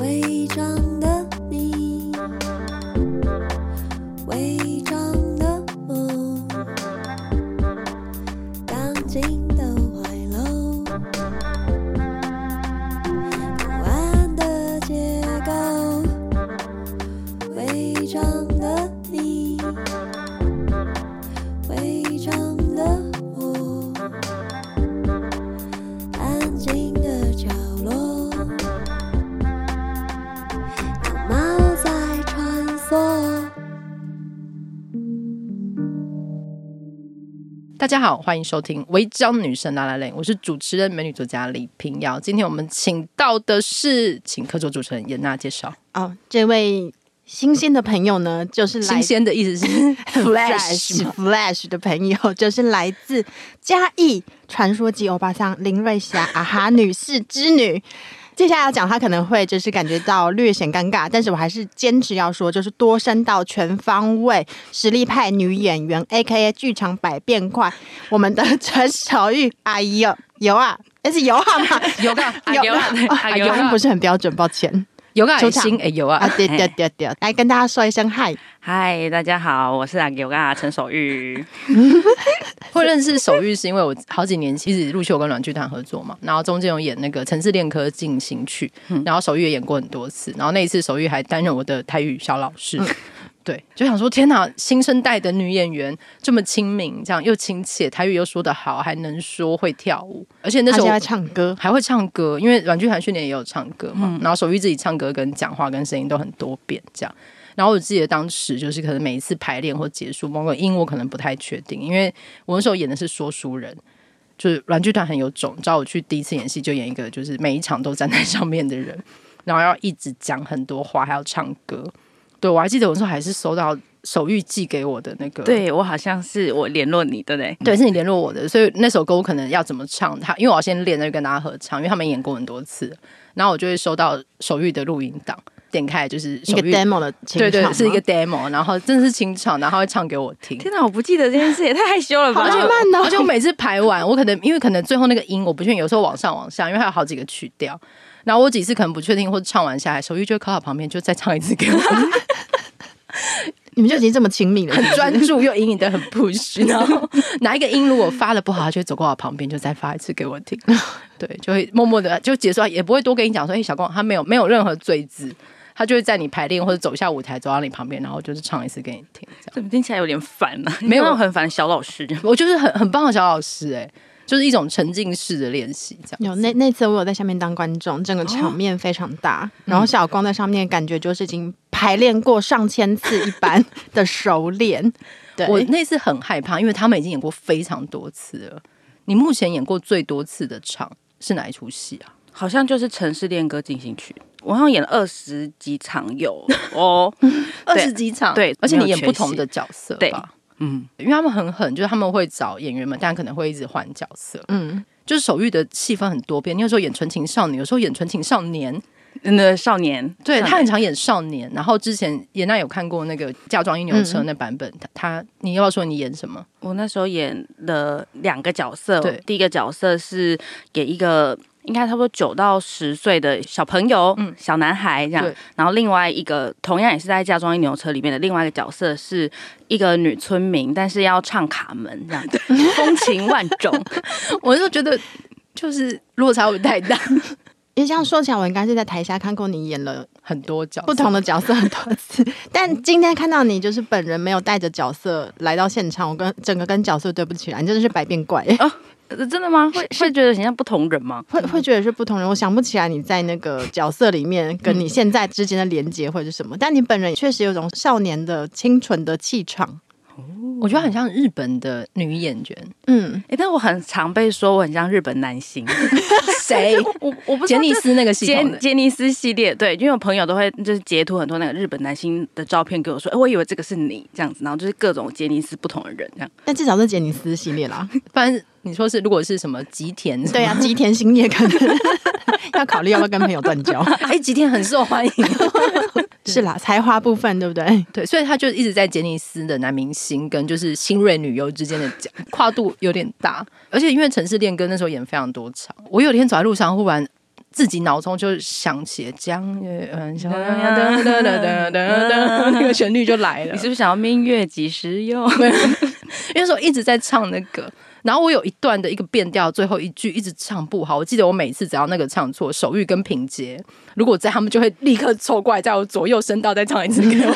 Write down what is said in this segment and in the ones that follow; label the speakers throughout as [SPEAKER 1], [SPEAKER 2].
[SPEAKER 1] 伪装的你，伪装的我，钢筋的怀楼，不安的结构，伪装的你，伪装的我，安静的角落。猫在穿梭。
[SPEAKER 2] 大家好，欢迎收听《违章女神拉拉蕾》，我是主持人美女作家李平遥。今天我们请到的是，请客座主持人严娜介绍。
[SPEAKER 3] 哦，这位新鲜的朋友呢，就是来
[SPEAKER 2] 新鲜的意思是
[SPEAKER 3] Flash
[SPEAKER 2] flash 吗
[SPEAKER 3] Flash 的朋友，就是来自嘉义传说级欧巴桑林瑞霞啊哈女士之女。接下来要讲，她可能会就是感觉到略显尴尬，但是我还是坚持要说，就是多声道全方位实力派女演员，A K A 剧场百变快，我们的 陈小玉阿姨哟有啊，哎是有啊吗？
[SPEAKER 2] 有啊，
[SPEAKER 3] 有
[SPEAKER 2] 有啊，
[SPEAKER 3] 哦啊有啊，不是很标准，抱歉
[SPEAKER 2] 有 啊，
[SPEAKER 3] 出
[SPEAKER 2] 有
[SPEAKER 3] 场
[SPEAKER 2] 心哎，有啊
[SPEAKER 3] 啊，，对对对对，来跟大家说一声嗨。
[SPEAKER 4] 嗨，大家好，我是阿尤嘎陈守 玉。
[SPEAKER 2] 会认识手玉是因为我好几年其实陆续有跟软剧团合作嘛，然后中间有演那个《城市恋歌进行曲》，然后手玉也演过很多次，然后那一次手玉还担任我的台语小老师。对，就想说天哪，新生代的女演员这么亲民，这样又亲切，台语又说得好，还能说会跳舞，而且那
[SPEAKER 3] 他
[SPEAKER 2] 时
[SPEAKER 3] 现
[SPEAKER 2] 候
[SPEAKER 3] 在唱歌，
[SPEAKER 2] 还会唱歌，因为阮剧团训练也有唱歌嘛，然后手玉自己唱歌跟讲话跟声音都很多变这样。然后我记得当时就是可能每一次排练或结束，包括音我可能不太确定，因为我那时候演的是说书人，就是阮剧团很有种，你知道我去第一次演戏就演一个就是每一场都站在上面的人，然后要一直讲很多话，还要唱歌。对我还记得我那时候还是收到手玉寄给我的那个
[SPEAKER 4] 对我好像是我联络你，对不对？
[SPEAKER 2] 对，是你联络我的，所以那首歌我可能要怎么唱它，因为我要先练，再去跟大家合唱，因为他们演过很多次，然后我就会收到手玉的录音档，点开就是
[SPEAKER 3] 一
[SPEAKER 2] 手
[SPEAKER 3] 个
[SPEAKER 2] 玉，
[SPEAKER 3] demo 的情
[SPEAKER 2] 对对，
[SPEAKER 3] 况
[SPEAKER 2] 是一个
[SPEAKER 3] 吗
[SPEAKER 2] demo，然后真的是清唱，然后他会唱给我听。
[SPEAKER 4] 天哪，我不记得这件事，也太害羞了吧！
[SPEAKER 3] 好浪漫哦
[SPEAKER 2] 而且我每次排完，我可能因为可能最后那个音我不确定，有时候往上往下，因为还有好几个曲调，然后我几次可能不确定，或者唱完下来，手玉就会靠到旁边就再唱一次给我，
[SPEAKER 3] 你们就已经这么亲密了，
[SPEAKER 2] 很 专注又隐隐的很 push，然后哪一个音如果发的不好，他就会走过我旁边就再发一次给我 听，对，就会默默的就结束，也不会多跟你讲说，哎、小光他没有没有任何罪字，他就会在你排练或者走下舞台走到你旁边，然后就是唱一次给你听，这样。
[SPEAKER 4] 怎么听起来有点烦 呢、啊？
[SPEAKER 2] 没有
[SPEAKER 4] 那种很烦小老师。
[SPEAKER 2] 我就是很很棒的小老师、哎，就是一种沉浸式的练习，这样。
[SPEAKER 3] 有那那次我有在下面当观众，整
[SPEAKER 2] 哦
[SPEAKER 3] 个场面非常大，
[SPEAKER 2] 嗯
[SPEAKER 3] 然后小光在上面感觉就是已经排练过上千次一般的 熟练。对，
[SPEAKER 2] 我那次很害怕，因为他们已经演过非常多次了。你目前演过最多次的场是哪一出戏啊？
[SPEAKER 4] 好像就是《城市恋歌进行曲》，我好像演了二十几场有哦。
[SPEAKER 2] 二十几场，
[SPEAKER 4] 对
[SPEAKER 2] 而且你演
[SPEAKER 4] 没
[SPEAKER 2] 不
[SPEAKER 4] 有缺
[SPEAKER 2] 同
[SPEAKER 4] 席
[SPEAKER 2] 的角色，
[SPEAKER 4] 对
[SPEAKER 2] 吧？
[SPEAKER 4] 嗯，
[SPEAKER 2] 因为他们很狠，就是他们会找演员们，但可能会一直换角色。
[SPEAKER 3] 嗯，
[SPEAKER 2] 就是手玉的戏份很多变，你有时候演纯情少女，有时候演纯情少年，
[SPEAKER 4] 那少年，
[SPEAKER 2] 对
[SPEAKER 4] 少
[SPEAKER 2] 他很
[SPEAKER 4] 年
[SPEAKER 2] 常演少年。啊然后之前严娜有看过那个《嫁妆一牛车》那版本，他他你要不要说你演什么？
[SPEAKER 4] 我那时候演了两个角色
[SPEAKER 2] 对，
[SPEAKER 4] 第一个角色是演一个。应该差不多九到十岁的小朋友，
[SPEAKER 2] 嗯
[SPEAKER 4] 小男孩这样
[SPEAKER 2] 对。
[SPEAKER 4] 然后另外一个同样也是在《嫁妆一牛车》里面的另外一个角色是一个女村民，但是要唱卡门这样，风情万种。
[SPEAKER 2] 我就觉得就是落差会太大，
[SPEAKER 3] 因为这样说起来，我应该是在台下看过你演了
[SPEAKER 2] 很多角色
[SPEAKER 3] 不同的角色很多 次，但今天看到你就是本人没有带着角色来到现场，我跟整个跟角色对不起来，你真的是百变怪，
[SPEAKER 4] 呃真的吗？会会觉得很像不同人吗？
[SPEAKER 2] 嗯
[SPEAKER 3] 会会觉得是不同人。我想不起来你在那个角色里
[SPEAKER 2] 嗯
[SPEAKER 3] 面跟你现在之间的连接或者是什么，但你本人确实有种少年的清纯的气场。
[SPEAKER 2] 我觉得很像日本的女演员，
[SPEAKER 3] 嗯，
[SPEAKER 4] 哎、但我很常被说我很像日本男星，
[SPEAKER 2] 谁？
[SPEAKER 4] 我我不知
[SPEAKER 2] 杰
[SPEAKER 4] 道
[SPEAKER 2] 尼
[SPEAKER 4] 就
[SPEAKER 2] 斯那个系
[SPEAKER 4] 杰
[SPEAKER 2] 统的，
[SPEAKER 4] 杰尼斯系列，对，因为我朋友都会就是截图很多那个日本男星的照片给我说，哎、我以为这个是你这样子，然后就是各种杰尼斯不同的人这样。
[SPEAKER 3] 但至少是杰尼斯系列啦。
[SPEAKER 2] 反正你说是如果是什么吉田，
[SPEAKER 3] 对呀、啊，吉田星也可能 要考虑要不要跟朋友断交。
[SPEAKER 2] 哎，吉田很受欢迎，
[SPEAKER 3] 是啦，才华部分对不对？
[SPEAKER 2] 对，所以他就一直在杰尼斯的男明星跟就是新锐女优之间的讲跨度有点大，而且因为《城市恋歌》那时候演非常多场，我有一天走在路上，忽然自己脑中就想起了江月恩，小羊羊噔噔噔噔噔噔，那个旋律就来了
[SPEAKER 4] 你。是不是想要明月几时 有？
[SPEAKER 2] 因为那时候一直在唱那个，然后我有一段的一个变调，最后一句一直唱不好。我记得我每次只要那个唱错，手语跟品节，如果在他们就会立刻凑过来，在我左右声道再唱一次给我。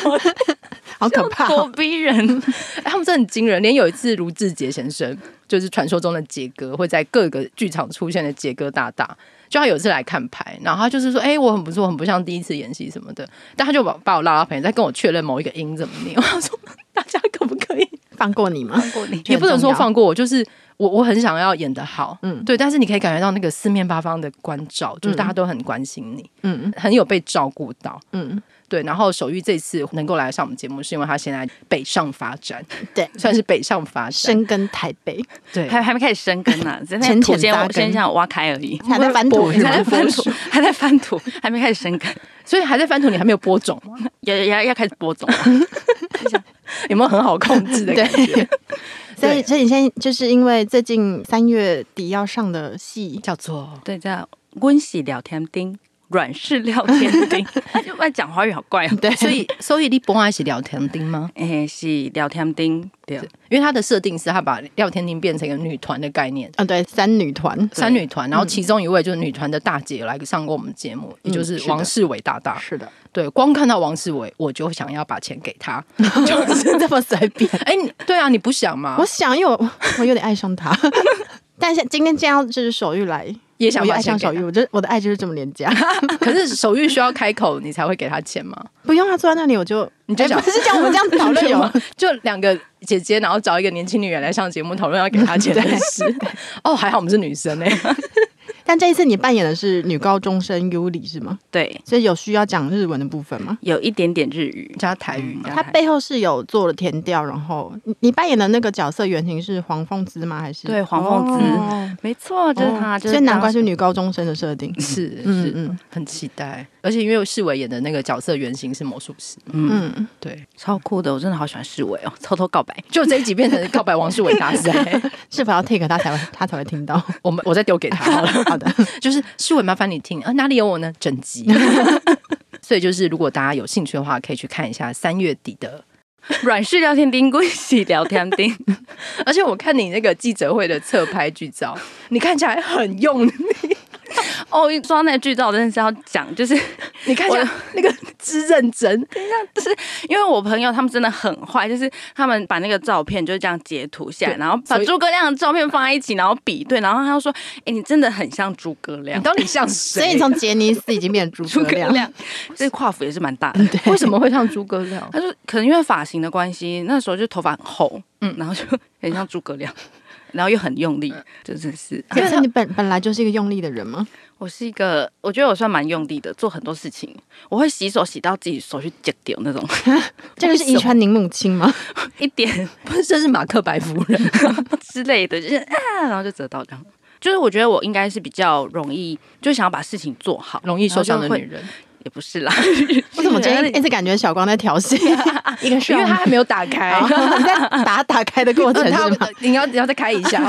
[SPEAKER 3] 好可怕、哦
[SPEAKER 4] 多逼人！
[SPEAKER 2] 哎他们真的很惊人，连有一次卢志杰先生，就是传说中的杰哥，会在各个剧场出现的杰哥大大。就他有一次来看牌，然后他就是说：“哎、我很不错，很不像第一次演戏什么的。”但他就把把我拉到旁边，再跟我确认某一个哎音怎么念。我想说：“大家可不可以
[SPEAKER 3] 放过你吗？
[SPEAKER 4] 过你
[SPEAKER 2] 也不能说放过我，就是我我很想要演得好，
[SPEAKER 3] 嗯
[SPEAKER 2] 嗯，对，但是你可以感觉到那个四面八方的关照，就是大家都很关心你，
[SPEAKER 3] 嗯
[SPEAKER 2] 很有被照顾到。
[SPEAKER 3] 嗯，
[SPEAKER 2] 对，然后手玉这次能够来上我们节目，是因为他现在北上发展，
[SPEAKER 3] 对，
[SPEAKER 2] 算是北上发展，
[SPEAKER 3] 深耕台北，
[SPEAKER 2] 对，
[SPEAKER 4] 还还没开始生根呢、啊，在那
[SPEAKER 3] 浅
[SPEAKER 4] 土
[SPEAKER 3] 浅
[SPEAKER 4] 间
[SPEAKER 3] 扎
[SPEAKER 4] 我
[SPEAKER 3] 根
[SPEAKER 4] 先想挖开而已。
[SPEAKER 3] 还在翻土是
[SPEAKER 4] 还在
[SPEAKER 3] 吗？
[SPEAKER 4] 翻土， 还在翻土，还没开始生根，
[SPEAKER 2] 所以还在翻土，你还没有播 种吗，
[SPEAKER 4] 要要要开始播种了。
[SPEAKER 2] 有没有很好控制的感觉？
[SPEAKER 3] 所以所以你现在就是因为最近三月底要上的戏，
[SPEAKER 2] 叫做
[SPEAKER 4] 对，叫温喜聊天钉，软式聊天 钉，就外讲华语好怪哦。
[SPEAKER 3] 对，
[SPEAKER 2] 所以所以你不爱是聊天钉吗？
[SPEAKER 4] 诶、是聊天钉，对，
[SPEAKER 2] 因为他的设定是他把廖天丁变成一个女团的概念，
[SPEAKER 3] 啊，对，三女团
[SPEAKER 2] 三女团，然后其中一位就是女团的大姐有来上过我们节目，也嗯就是王世伟大大。
[SPEAKER 3] 是的，
[SPEAKER 2] 对，光看到王世伟，我就想要把钱给他。
[SPEAKER 3] 就是这么随便。
[SPEAKER 2] 哎、 你对啊，你不想吗
[SPEAKER 3] 我？想，因为我我有点爱上他，但是今天见到就是手玉来，
[SPEAKER 2] 也想
[SPEAKER 3] 我就
[SPEAKER 2] 把
[SPEAKER 3] 爱
[SPEAKER 2] 钱
[SPEAKER 3] 上
[SPEAKER 2] 给
[SPEAKER 3] 手玉，我就我的爱就是这么廉价，
[SPEAKER 2] 他。可是手玉需要开口，你才会给他钱吗？
[SPEAKER 3] 不用他啊坐在那里，我就
[SPEAKER 2] 你就
[SPEAKER 3] 哎
[SPEAKER 2] 想
[SPEAKER 3] 不是讲我们这样讨 论有
[SPEAKER 2] 吗？就两个姐姐，然后找一个年轻女人来上节目讨论要给她钱的 事。哦，还好我们是女生 哎、
[SPEAKER 3] 但这一次你扮演的是女高中生尤里是吗？
[SPEAKER 4] 对，
[SPEAKER 3] 所以有需要讲日文的部分吗？
[SPEAKER 4] 有一点点日语。
[SPEAKER 2] 加台语。
[SPEAKER 4] 嗯
[SPEAKER 3] 他背后是有做了填调，然后你你扮演的那个角色原型是黄凤姿吗？还是
[SPEAKER 4] 对黄凤姿
[SPEAKER 3] 哦
[SPEAKER 4] 没错，就是他，
[SPEAKER 3] 哦
[SPEAKER 4] 就是
[SPEAKER 3] 所以难怪
[SPEAKER 4] 当
[SPEAKER 3] 是女高中生的设定。
[SPEAKER 2] 是，
[SPEAKER 3] 嗯
[SPEAKER 2] 是，
[SPEAKER 3] 嗯
[SPEAKER 2] 嗯，很期待。而且因为世伟演的那个角色原型是魔术师，
[SPEAKER 4] 嗯，
[SPEAKER 3] 嗯，
[SPEAKER 2] 对，
[SPEAKER 4] 超酷的，我真的好喜欢世伟哦， 偷偷告白，
[SPEAKER 2] 就这一集变成告白王世伟大欸赛。
[SPEAKER 3] 是否要 take 他才会他才会听到？
[SPEAKER 2] 我们我再丢给他 好了。
[SPEAKER 3] 好的，
[SPEAKER 2] 就是世伟，麻烦你听啊，哪里有我呢？整 集。所以就是，如果大家有兴趣的话，可以去看一下三月底的。
[SPEAKER 4] 软式聊天钉，跪洗聊天 钉，
[SPEAKER 2] 而且我看你那个记者会的侧拍剧照，你看起来很用力，
[SPEAKER 4] 哦，说到那个剧照，我真的是要讲，就是
[SPEAKER 2] 你看起来 那个之认真，
[SPEAKER 4] 因为我朋友他们真的很坏，就是他们把那个照片就是这样截图下来，
[SPEAKER 2] 对
[SPEAKER 4] 然后把
[SPEAKER 2] 所以
[SPEAKER 4] 诸葛亮的照片放在一起，然后比对，然后他就说：“哎、你真的很像诸葛
[SPEAKER 2] 你
[SPEAKER 4] 亮。
[SPEAKER 2] 到底像
[SPEAKER 3] 所
[SPEAKER 2] 谁？
[SPEAKER 3] 以你从杰尼斯已经变成诸
[SPEAKER 4] 诸
[SPEAKER 3] 葛
[SPEAKER 4] 葛
[SPEAKER 3] 亮，
[SPEAKER 4] 亮，这跨幅也是蛮大的。
[SPEAKER 2] 为什么会像诸葛 亮？
[SPEAKER 4] 他说可能因为发型的关系，那时候就头发很厚，嗯，然后就很像诸葛亮，然后又很用力，就真是。
[SPEAKER 3] 可是你本本来就是一个用力的人吗？
[SPEAKER 4] 我是一个，我觉得我算蛮用力的，做很多事情，我会洗手洗到自己手去结掉那种，
[SPEAKER 3] 这个是遗传您母亲吗？
[SPEAKER 4] 一点
[SPEAKER 2] 不是，这是马克白夫人。
[SPEAKER 4] 之类的，就是啊，然后就折到这样。就是我觉得我应该是比较容易，就想要把事情做好，
[SPEAKER 2] 容易受伤的
[SPEAKER 4] 然后就
[SPEAKER 2] 女
[SPEAKER 4] 会
[SPEAKER 2] 人，
[SPEAKER 4] 也不是啦。
[SPEAKER 3] 我怎么今天一直感觉小光在调戏？ 一个 是
[SPEAKER 2] 因为
[SPEAKER 3] 我
[SPEAKER 2] 她
[SPEAKER 3] 们
[SPEAKER 2] 还没有打开
[SPEAKER 3] 好。你在打打开的过程
[SPEAKER 2] 呃她
[SPEAKER 3] 是吗？
[SPEAKER 2] 你要你要再开一 下，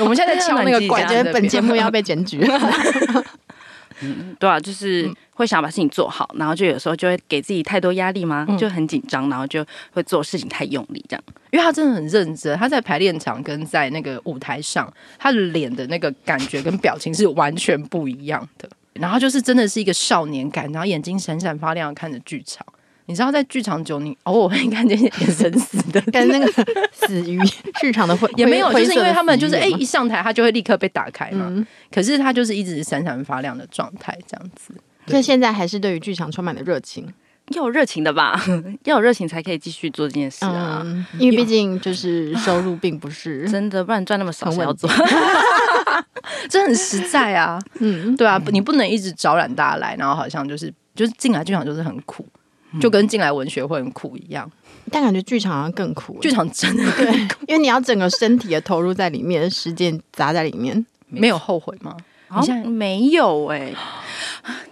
[SPEAKER 2] 我们现在在敲那个管
[SPEAKER 3] 感
[SPEAKER 2] 子
[SPEAKER 3] 觉
[SPEAKER 2] 那边，
[SPEAKER 3] 本节目要被检举，，
[SPEAKER 4] 对啊，就是
[SPEAKER 2] 嗯
[SPEAKER 4] 会想把事情做好，然后就有时候就会给自己太多压力嘛，
[SPEAKER 2] 嗯
[SPEAKER 4] 就很紧张，然后就会做事情太用力这样。
[SPEAKER 2] 因为他真的很认真，他在排练场跟在那个舞台上，他的脸的那个感觉跟表情是完全不一样的。然后就是真的是一个少年感，然后眼睛闪闪发亮地看着剧场。你知道在剧场久，你偶尔会看见眼神死的
[SPEAKER 3] 跟那个死鱼市场的会
[SPEAKER 2] 也没有，就
[SPEAKER 3] 灰色
[SPEAKER 2] 是
[SPEAKER 3] 的
[SPEAKER 2] 因为他们就是
[SPEAKER 3] 死鱼
[SPEAKER 2] 哎、
[SPEAKER 3] 吗
[SPEAKER 2] 一上台他就会立刻被打开嘛。可是他就是一直闪闪发亮的状态这样子。
[SPEAKER 3] 所以现在还是对于剧场充满了热情。
[SPEAKER 4] 要有热情的吧， 要有热情才可以继续做这件事啊。
[SPEAKER 3] 嗯，因为毕竟就是收入并不是
[SPEAKER 2] 嗯
[SPEAKER 4] 真的，不然赚那么少
[SPEAKER 3] 很
[SPEAKER 4] 谁要
[SPEAKER 3] 稳
[SPEAKER 4] 做
[SPEAKER 3] 定？
[SPEAKER 2] 这很实在啊。
[SPEAKER 3] 嗯，
[SPEAKER 2] 对啊，你不能一直招揽大家来，然后好像就是就是进来剧场就是很苦，就跟进来文学会很苦一样。
[SPEAKER 3] 但感觉剧场好像更苦，
[SPEAKER 2] 剧场真的
[SPEAKER 3] 对，因为你要整个身体的投入在里面，时间砸在里面。
[SPEAKER 2] 没有后悔吗？
[SPEAKER 4] 好像没有哎、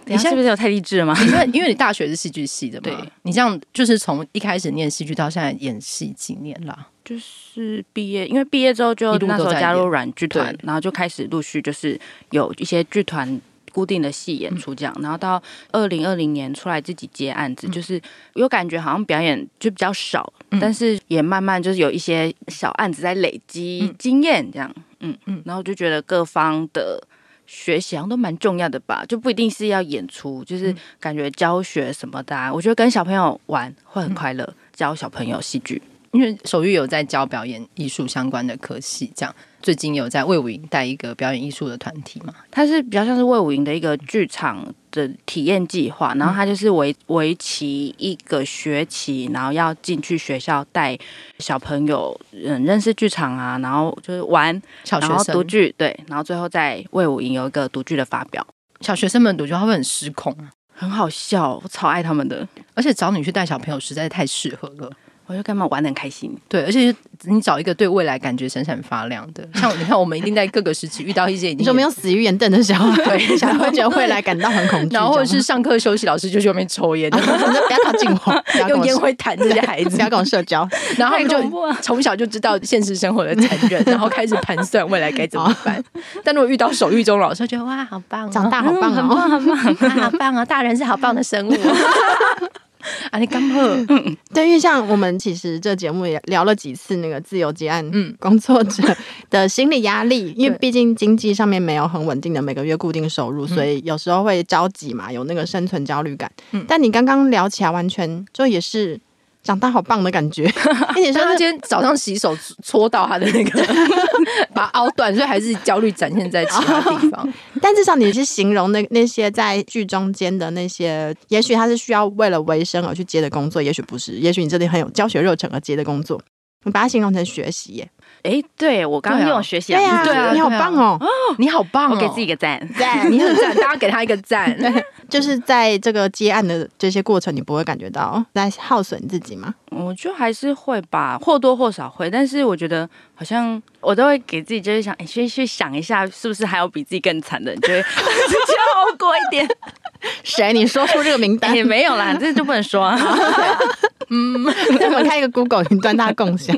[SPEAKER 4] 你
[SPEAKER 2] 你现在
[SPEAKER 4] 是不是有太励志了吗？
[SPEAKER 2] 因为因为你大学是戏剧系的嘛，
[SPEAKER 4] 对
[SPEAKER 2] 你这样就是从一开始念戏剧到现在演戏几年啦？
[SPEAKER 4] 就是毕业，因为毕业之后就
[SPEAKER 2] 一路都
[SPEAKER 4] 那时候
[SPEAKER 2] 在
[SPEAKER 4] 加入
[SPEAKER 2] 演
[SPEAKER 4] 软剧团
[SPEAKER 2] 对，
[SPEAKER 4] 然后就开始陆续就是有一些剧团固定的戏演出这样，然后到二零二零年出来自己接案子，就是有感觉好像表演就比较少，
[SPEAKER 2] 嗯
[SPEAKER 4] 但是也慢慢就是有一些小案子在累积
[SPEAKER 2] 嗯
[SPEAKER 4] 经验这样，嗯
[SPEAKER 2] 嗯
[SPEAKER 4] 嗯，然后就觉得各方的。学习好像都蛮重要的吧，就不一定是要演出，就是
[SPEAKER 2] 嗯
[SPEAKER 4] 感觉教学什么的、啊，我觉得跟小朋友玩会
[SPEAKER 2] 嗯
[SPEAKER 4] 很快乐，教小朋友戏剧，
[SPEAKER 2] 因为手语有在教表演艺术相关的科系，这样最近有在魏武营带一个表演艺术的团体嘛？
[SPEAKER 4] 它是比较像是魏武营的一个剧场的体验计
[SPEAKER 2] 嗯
[SPEAKER 4] 划，然后它就是为为期一个学期，然后要进去学校带小朋友嗯认识剧场啊，然后就是玩，
[SPEAKER 2] 小学
[SPEAKER 4] 然后读
[SPEAKER 2] 生
[SPEAKER 4] 剧，对，然后最后在魏武营有一个读剧的发表，
[SPEAKER 2] 小学生们读就他会很失控啊，
[SPEAKER 4] 很好笑，我超爱他们的，
[SPEAKER 2] 而且找你去带小朋友实在太适合了。
[SPEAKER 4] 我就干嘛玩的很开心，
[SPEAKER 2] 对，而且你找一个对未来感觉闪闪发亮的，像 你看，我们一定在各个时期遇到一些已
[SPEAKER 3] 你
[SPEAKER 2] 经
[SPEAKER 3] 说没有死鱼眼瞪着小孩，
[SPEAKER 2] 对，
[SPEAKER 3] 小
[SPEAKER 2] 然
[SPEAKER 3] 孩
[SPEAKER 2] 后
[SPEAKER 3] 会觉得未来感到很恐惧这样
[SPEAKER 2] 然
[SPEAKER 3] 吗，
[SPEAKER 2] 后或者是 上课休息，老师就去外面抽 烟，
[SPEAKER 3] 啊不要靠 近我，不要跟
[SPEAKER 2] 用
[SPEAKER 3] 我
[SPEAKER 2] 烟灰弹这些孩子
[SPEAKER 3] 不，要跟我 社交。
[SPEAKER 2] 然后他们
[SPEAKER 4] 太恐怖
[SPEAKER 2] 就
[SPEAKER 4] 了
[SPEAKER 2] 从小就知道现实生活的残 忍，然后开始盘算未来该怎么办。但如果遇到手语中老师，就觉得哇，好棒、哦，
[SPEAKER 3] 长大好棒
[SPEAKER 2] 嗯
[SPEAKER 3] 哦
[SPEAKER 2] 很棒，很棒，啊好棒哦！大人是好棒的 生物、哦。啊，你刚喝，
[SPEAKER 3] 对，因为像我们其实这节目也聊了几次那个自由结案
[SPEAKER 2] 嗯
[SPEAKER 3] 工作者的心理压力，因为
[SPEAKER 2] 对
[SPEAKER 3] 毕竟经济上面没有很稳定的每个月固定收入，所以有时候会着急嘛，有那个生存焦虑感。
[SPEAKER 2] 嗯
[SPEAKER 3] 但你刚刚聊起来，完全就也是长大好棒的感觉，而且
[SPEAKER 2] 但
[SPEAKER 3] 像
[SPEAKER 2] 他
[SPEAKER 3] 是
[SPEAKER 2] 今天早上洗手戳到他的那 个，把它凹断，所以还是焦虑展现在其他地方。
[SPEAKER 3] 但至少你是形容那那些在剧中间的那些，也许他是需要为了维生而去接的工作，也许不是，也许你这里很有教学热忱而接的工作，你把它形容成学习耶，
[SPEAKER 4] 诶，对我刚刚
[SPEAKER 2] 对啊
[SPEAKER 4] 用学习
[SPEAKER 3] 对啊呀、
[SPEAKER 4] 啊，
[SPEAKER 2] 对啊
[SPEAKER 3] 你好棒哦，
[SPEAKER 2] 你好棒、哦，
[SPEAKER 4] 我给自己一个赞，
[SPEAKER 2] 赞， 你很赞，大家给他一个赞。
[SPEAKER 3] 就是在这个接案的这些过程，你不会感觉到在耗损自己吗？
[SPEAKER 4] 我就还是会吧，或多或少会，但是我觉得好像我都会给自己就是想，哎、去去想一下，是不是还有比自己更惨的人，就会 自己要熬过一 点。
[SPEAKER 3] 谁？你说出这个名单
[SPEAKER 4] 也，没有啦，这就不能说啊。
[SPEAKER 3] 我们开一个 Google 云端大家共 享。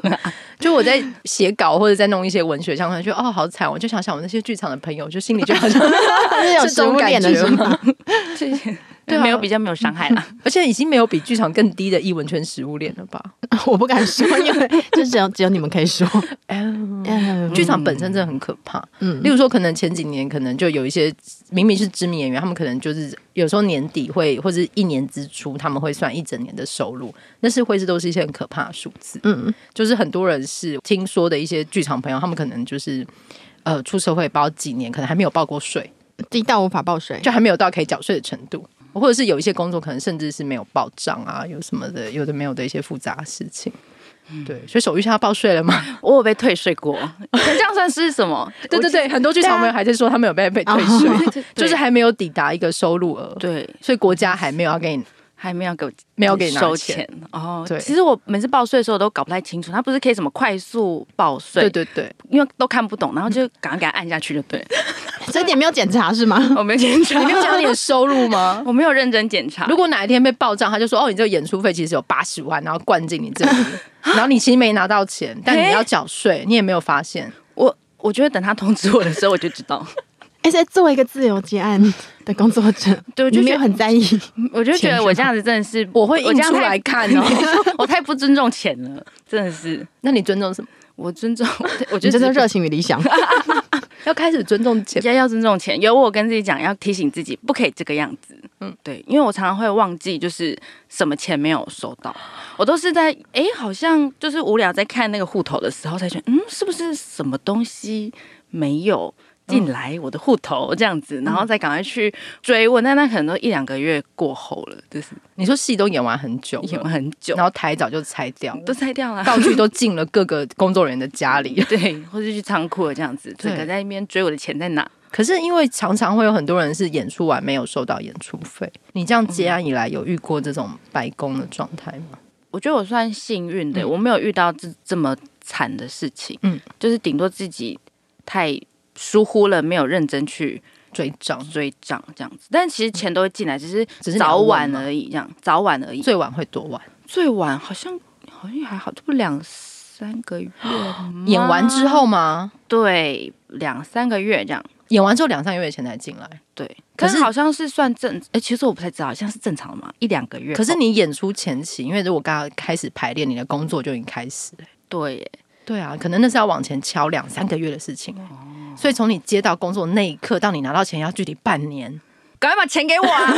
[SPEAKER 2] 就我在写稿或者在弄一些文学相关，就哦好惨，我就想想我那些剧场的朋友，就心里就好像
[SPEAKER 3] 是有食物链的是吗？
[SPEAKER 4] 谢谢。
[SPEAKER 2] 对啊
[SPEAKER 4] 没有比较没有伤害啦。
[SPEAKER 2] 而且已经没有比剧场更低的艺文圈食物链了吧？
[SPEAKER 3] 我不敢说，因为就只有只有你们可以 说。嗯，
[SPEAKER 2] 剧场本身真的很可怕。
[SPEAKER 3] 嗯
[SPEAKER 2] 例如说，可能前几年可能就有一些明明是知名演员，他们可能就是有时候年底会或者一年之初，他们会算一整年的收入，那是会是都是一些很可怕的数字。
[SPEAKER 3] 嗯，
[SPEAKER 2] 就是很多人是听说的一些剧场朋友，他们可能就是。呃，出社会包几年，可能还没有报过税，
[SPEAKER 3] 低到无法报税。
[SPEAKER 2] 就还没有到可以缴税的程度，或者是有一些工作可能甚至是没有报账啊，有什么的，有的没有的一些复杂的事情。
[SPEAKER 3] 嗯
[SPEAKER 2] 对，所以手续他报税了吗？
[SPEAKER 4] 我有被退税过，这样算是什么？
[SPEAKER 2] 对对对，很啊哦多剧场朋友还在说他们有被被退 税，就是还没有抵达一个收入额，
[SPEAKER 4] 对，
[SPEAKER 2] 所以国家还没有要给你
[SPEAKER 4] 还没有给我
[SPEAKER 2] 没有给你拿
[SPEAKER 4] 收
[SPEAKER 2] 钱。
[SPEAKER 4] 钱哦。
[SPEAKER 2] 对
[SPEAKER 4] 其实我每次报税的时候都搞不太清楚，它不是可以什么快速报税？
[SPEAKER 2] 对，对对，
[SPEAKER 4] 因为都看不懂，然后就赶快给它按下去就对了。
[SPEAKER 3] 所以你也没有检查 是吗？
[SPEAKER 4] 我没有检 查，
[SPEAKER 2] 你没有讲你的收入吗？
[SPEAKER 4] 我没有认真检查。
[SPEAKER 2] 如果哪一天被报账，他就说哦，你这个演出费其实有八十万，然后灌进你 这里，然后你其实没拿到钱，但你要缴税，你也没有发现。
[SPEAKER 4] 我我觉得等他通知我的时候，我就知道。
[SPEAKER 3] 哎，在作为一个自由 结案的工作者，
[SPEAKER 4] 对我就
[SPEAKER 3] 你没有
[SPEAKER 4] 觉得
[SPEAKER 3] 很在意。
[SPEAKER 4] 我就觉得我这样子真的是，
[SPEAKER 2] 我会
[SPEAKER 4] 我
[SPEAKER 2] 印
[SPEAKER 4] 这样
[SPEAKER 2] 出
[SPEAKER 4] 太
[SPEAKER 2] 来，看 哦。
[SPEAKER 4] 我太不尊重钱了，真的是。
[SPEAKER 2] 那你尊重什么？
[SPEAKER 4] 我尊重，我觉
[SPEAKER 3] 你
[SPEAKER 4] 得
[SPEAKER 3] 真的
[SPEAKER 4] 只
[SPEAKER 3] 热情与 理想，
[SPEAKER 2] 要开始尊重钱
[SPEAKER 4] 要要尊重钱。有我跟自己讲，要提醒自己不可以这个样子。嗯，对，因为我常常会忘记，就是什么钱没有收到，我都是在哎、诶好像就是无聊在看那个户头的时候，才觉得嗯，是不是什么东西没有进来我的户头这样子，然后再赶快去追问。但那可能都一两个月过后了，就是
[SPEAKER 2] 你说戏都演完很久了，
[SPEAKER 4] 演了很久，
[SPEAKER 2] 然后台早就拆 掉，
[SPEAKER 4] 都拆掉了。。
[SPEAKER 2] 道具都进了各个工作人员的家里
[SPEAKER 4] 对，或者去仓库了这样子，
[SPEAKER 2] 对
[SPEAKER 4] 整个在那边追我的钱在哪？
[SPEAKER 2] 可是因为常常会有很多人是演出完没有收到演出费，你这样接案以来有遇过这种白宫的状态吗？
[SPEAKER 4] 我觉得我算幸运的，
[SPEAKER 2] 嗯
[SPEAKER 4] 我没有遇到这这么惨的事情。
[SPEAKER 2] 嗯
[SPEAKER 4] 嗯，就是顶多自己太疏忽了，没有认真去
[SPEAKER 2] 追账
[SPEAKER 4] 追账这样子。但其实钱都会进来，只是
[SPEAKER 2] 只是你要
[SPEAKER 4] 早晚
[SPEAKER 2] 问吗
[SPEAKER 4] 而已，这样早晚而已。最
[SPEAKER 2] 最晚会多晚？
[SPEAKER 4] 最晚好像好像还好，这不两三个月吗
[SPEAKER 2] 演完之后吗？
[SPEAKER 4] 对两三个月这样。
[SPEAKER 2] 演完之后两三个月前才进来，
[SPEAKER 4] 对，
[SPEAKER 2] 可
[SPEAKER 4] 可
[SPEAKER 2] 是
[SPEAKER 4] 是好像是算正，哎、其实我不太知道，好像是正常的嘛，一两个月后。
[SPEAKER 2] 可是你演出前期，因为如果刚刚开始排练，你的工作就已经开始了。
[SPEAKER 4] 对耶，
[SPEAKER 2] 对啊，可能那是要往前敲两三个月的事情、欸所以从你接到工作那一刻到你拿到钱，要距离半年。
[SPEAKER 4] 赶快把钱给我 啊！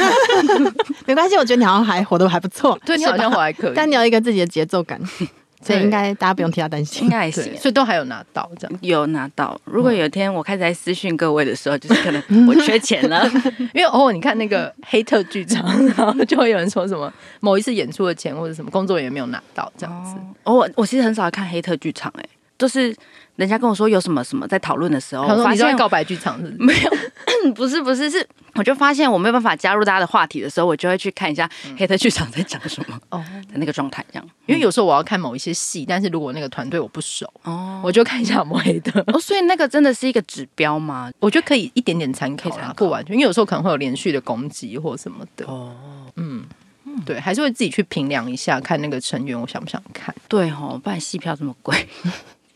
[SPEAKER 3] 没关系，我觉得你好像还活得还不错，
[SPEAKER 2] 对你
[SPEAKER 3] 是
[SPEAKER 2] 好像
[SPEAKER 3] 吧
[SPEAKER 2] 活还可以，
[SPEAKER 3] 但你有一个自己的节奏感，所以
[SPEAKER 2] 对
[SPEAKER 3] 应该大家不用替他担
[SPEAKER 4] 应
[SPEAKER 3] 心。
[SPEAKER 4] 该还行
[SPEAKER 2] 对，
[SPEAKER 4] 耶。
[SPEAKER 2] 所以都还有拿到这样。
[SPEAKER 4] 有拿到。如果有一天我开始在私讯各位的时候，就是可能我缺钱了，
[SPEAKER 2] 因为偶尔你看那 个黑特剧场，然后就会有人说什么某一次演出的钱或者什么工作人员没有拿到这样子。
[SPEAKER 4] 哦我我其实很少看黑特剧场、哎，都是人家跟我说有什么什么在讨论的时候，
[SPEAKER 2] 他
[SPEAKER 4] 哦我
[SPEAKER 2] 说
[SPEAKER 4] 发
[SPEAKER 2] 你是在
[SPEAKER 4] 现嗯
[SPEAKER 2] 告白剧场是不是？
[SPEAKER 4] 没有， 不是不是是，我就发现我没有办法加入大家的话题的时候，我就会去看一下黑特剧场在讲什么
[SPEAKER 2] 哦，
[SPEAKER 4] 的那个状态，这样。
[SPEAKER 2] 因为有时候我要看某一些戏，但是如果那个团队我不熟，
[SPEAKER 4] 哦
[SPEAKER 2] 我就看一下有没有黑特。
[SPEAKER 4] 哦，所以那个真的是一个指标吗？
[SPEAKER 2] 我觉得可以一点点参考
[SPEAKER 4] 可以
[SPEAKER 2] 啦
[SPEAKER 4] 参考，
[SPEAKER 2] 不完全，因为有时候可能会有连续的攻击或什么的。哦，嗯，对，还是会自己去评量一下，看那个成员我想不想看。
[SPEAKER 4] 对哦，不然戏票这么贵，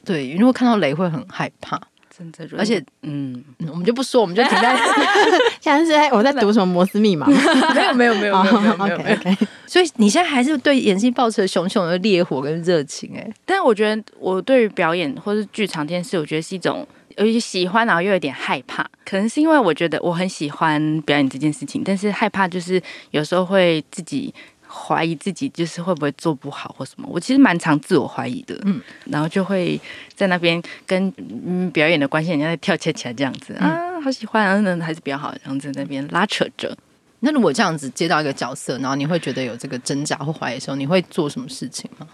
[SPEAKER 2] 对，如果看到雷会很害怕，
[SPEAKER 4] 真的。
[SPEAKER 2] 而且
[SPEAKER 4] 嗯，
[SPEAKER 2] 嗯我们就不说，我们就停在
[SPEAKER 3] 现在是在我在读什么摩斯密码？哦
[SPEAKER 2] 没有没有没有没有没有没
[SPEAKER 4] 哦
[SPEAKER 2] 有没
[SPEAKER 3] OK
[SPEAKER 2] 有。
[SPEAKER 3] OK，
[SPEAKER 2] 所以你现在还是对演戏抱持熊熊的烈火跟热情哎、
[SPEAKER 4] 但我觉得我对于表演或是剧场这件事，我觉得是一种有一些喜欢，然后又有点害怕。可能是因为我觉得我很喜欢表演这件事情，但是害怕就是有时候会自己怀疑自己，就是会不会做不好或什么。我其实蛮常自我怀疑的，
[SPEAKER 2] 嗯
[SPEAKER 4] 嗯，然后就会在那边跟嗯表演的关系，人家在跳恰恰这样子、啊，好喜欢，然后呢还是比较好，然后在那边拉扯着。
[SPEAKER 2] 那如果这样子接到一个角色，然后你会觉得有这个挣扎或怀疑的时候，你会做什么事情吗？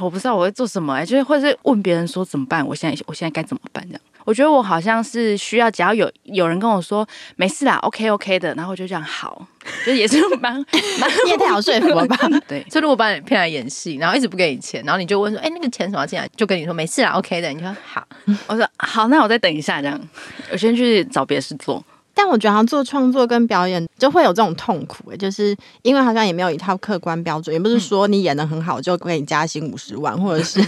[SPEAKER 4] 我不知道我会做什么、欸，就是或者是问别人说怎么办，我现在我现在该怎么办这样。我觉得我好像是需要，只要有有人跟我说没事啦，OK OK 的，然后我就这样好，就是也是 蛮蛮
[SPEAKER 3] 你也太好说服了吧？
[SPEAKER 4] 对
[SPEAKER 2] 所以如果把你骗来演戏，然后一直不给你钱，然后你就问说：“哎、那个钱什么要进来？”就跟你说：“没事啦，OK 的。”你就说：“好。
[SPEAKER 4] 我说好，那我再等一下这样，我先去找别的事做。
[SPEAKER 3] 但我觉得好像做创作跟表演就会有这种痛苦、欸，就是因为好像也没有一套客观标准，也不是
[SPEAKER 2] 嗯
[SPEAKER 3] 说你演的很好就给你加薪五十万，或者是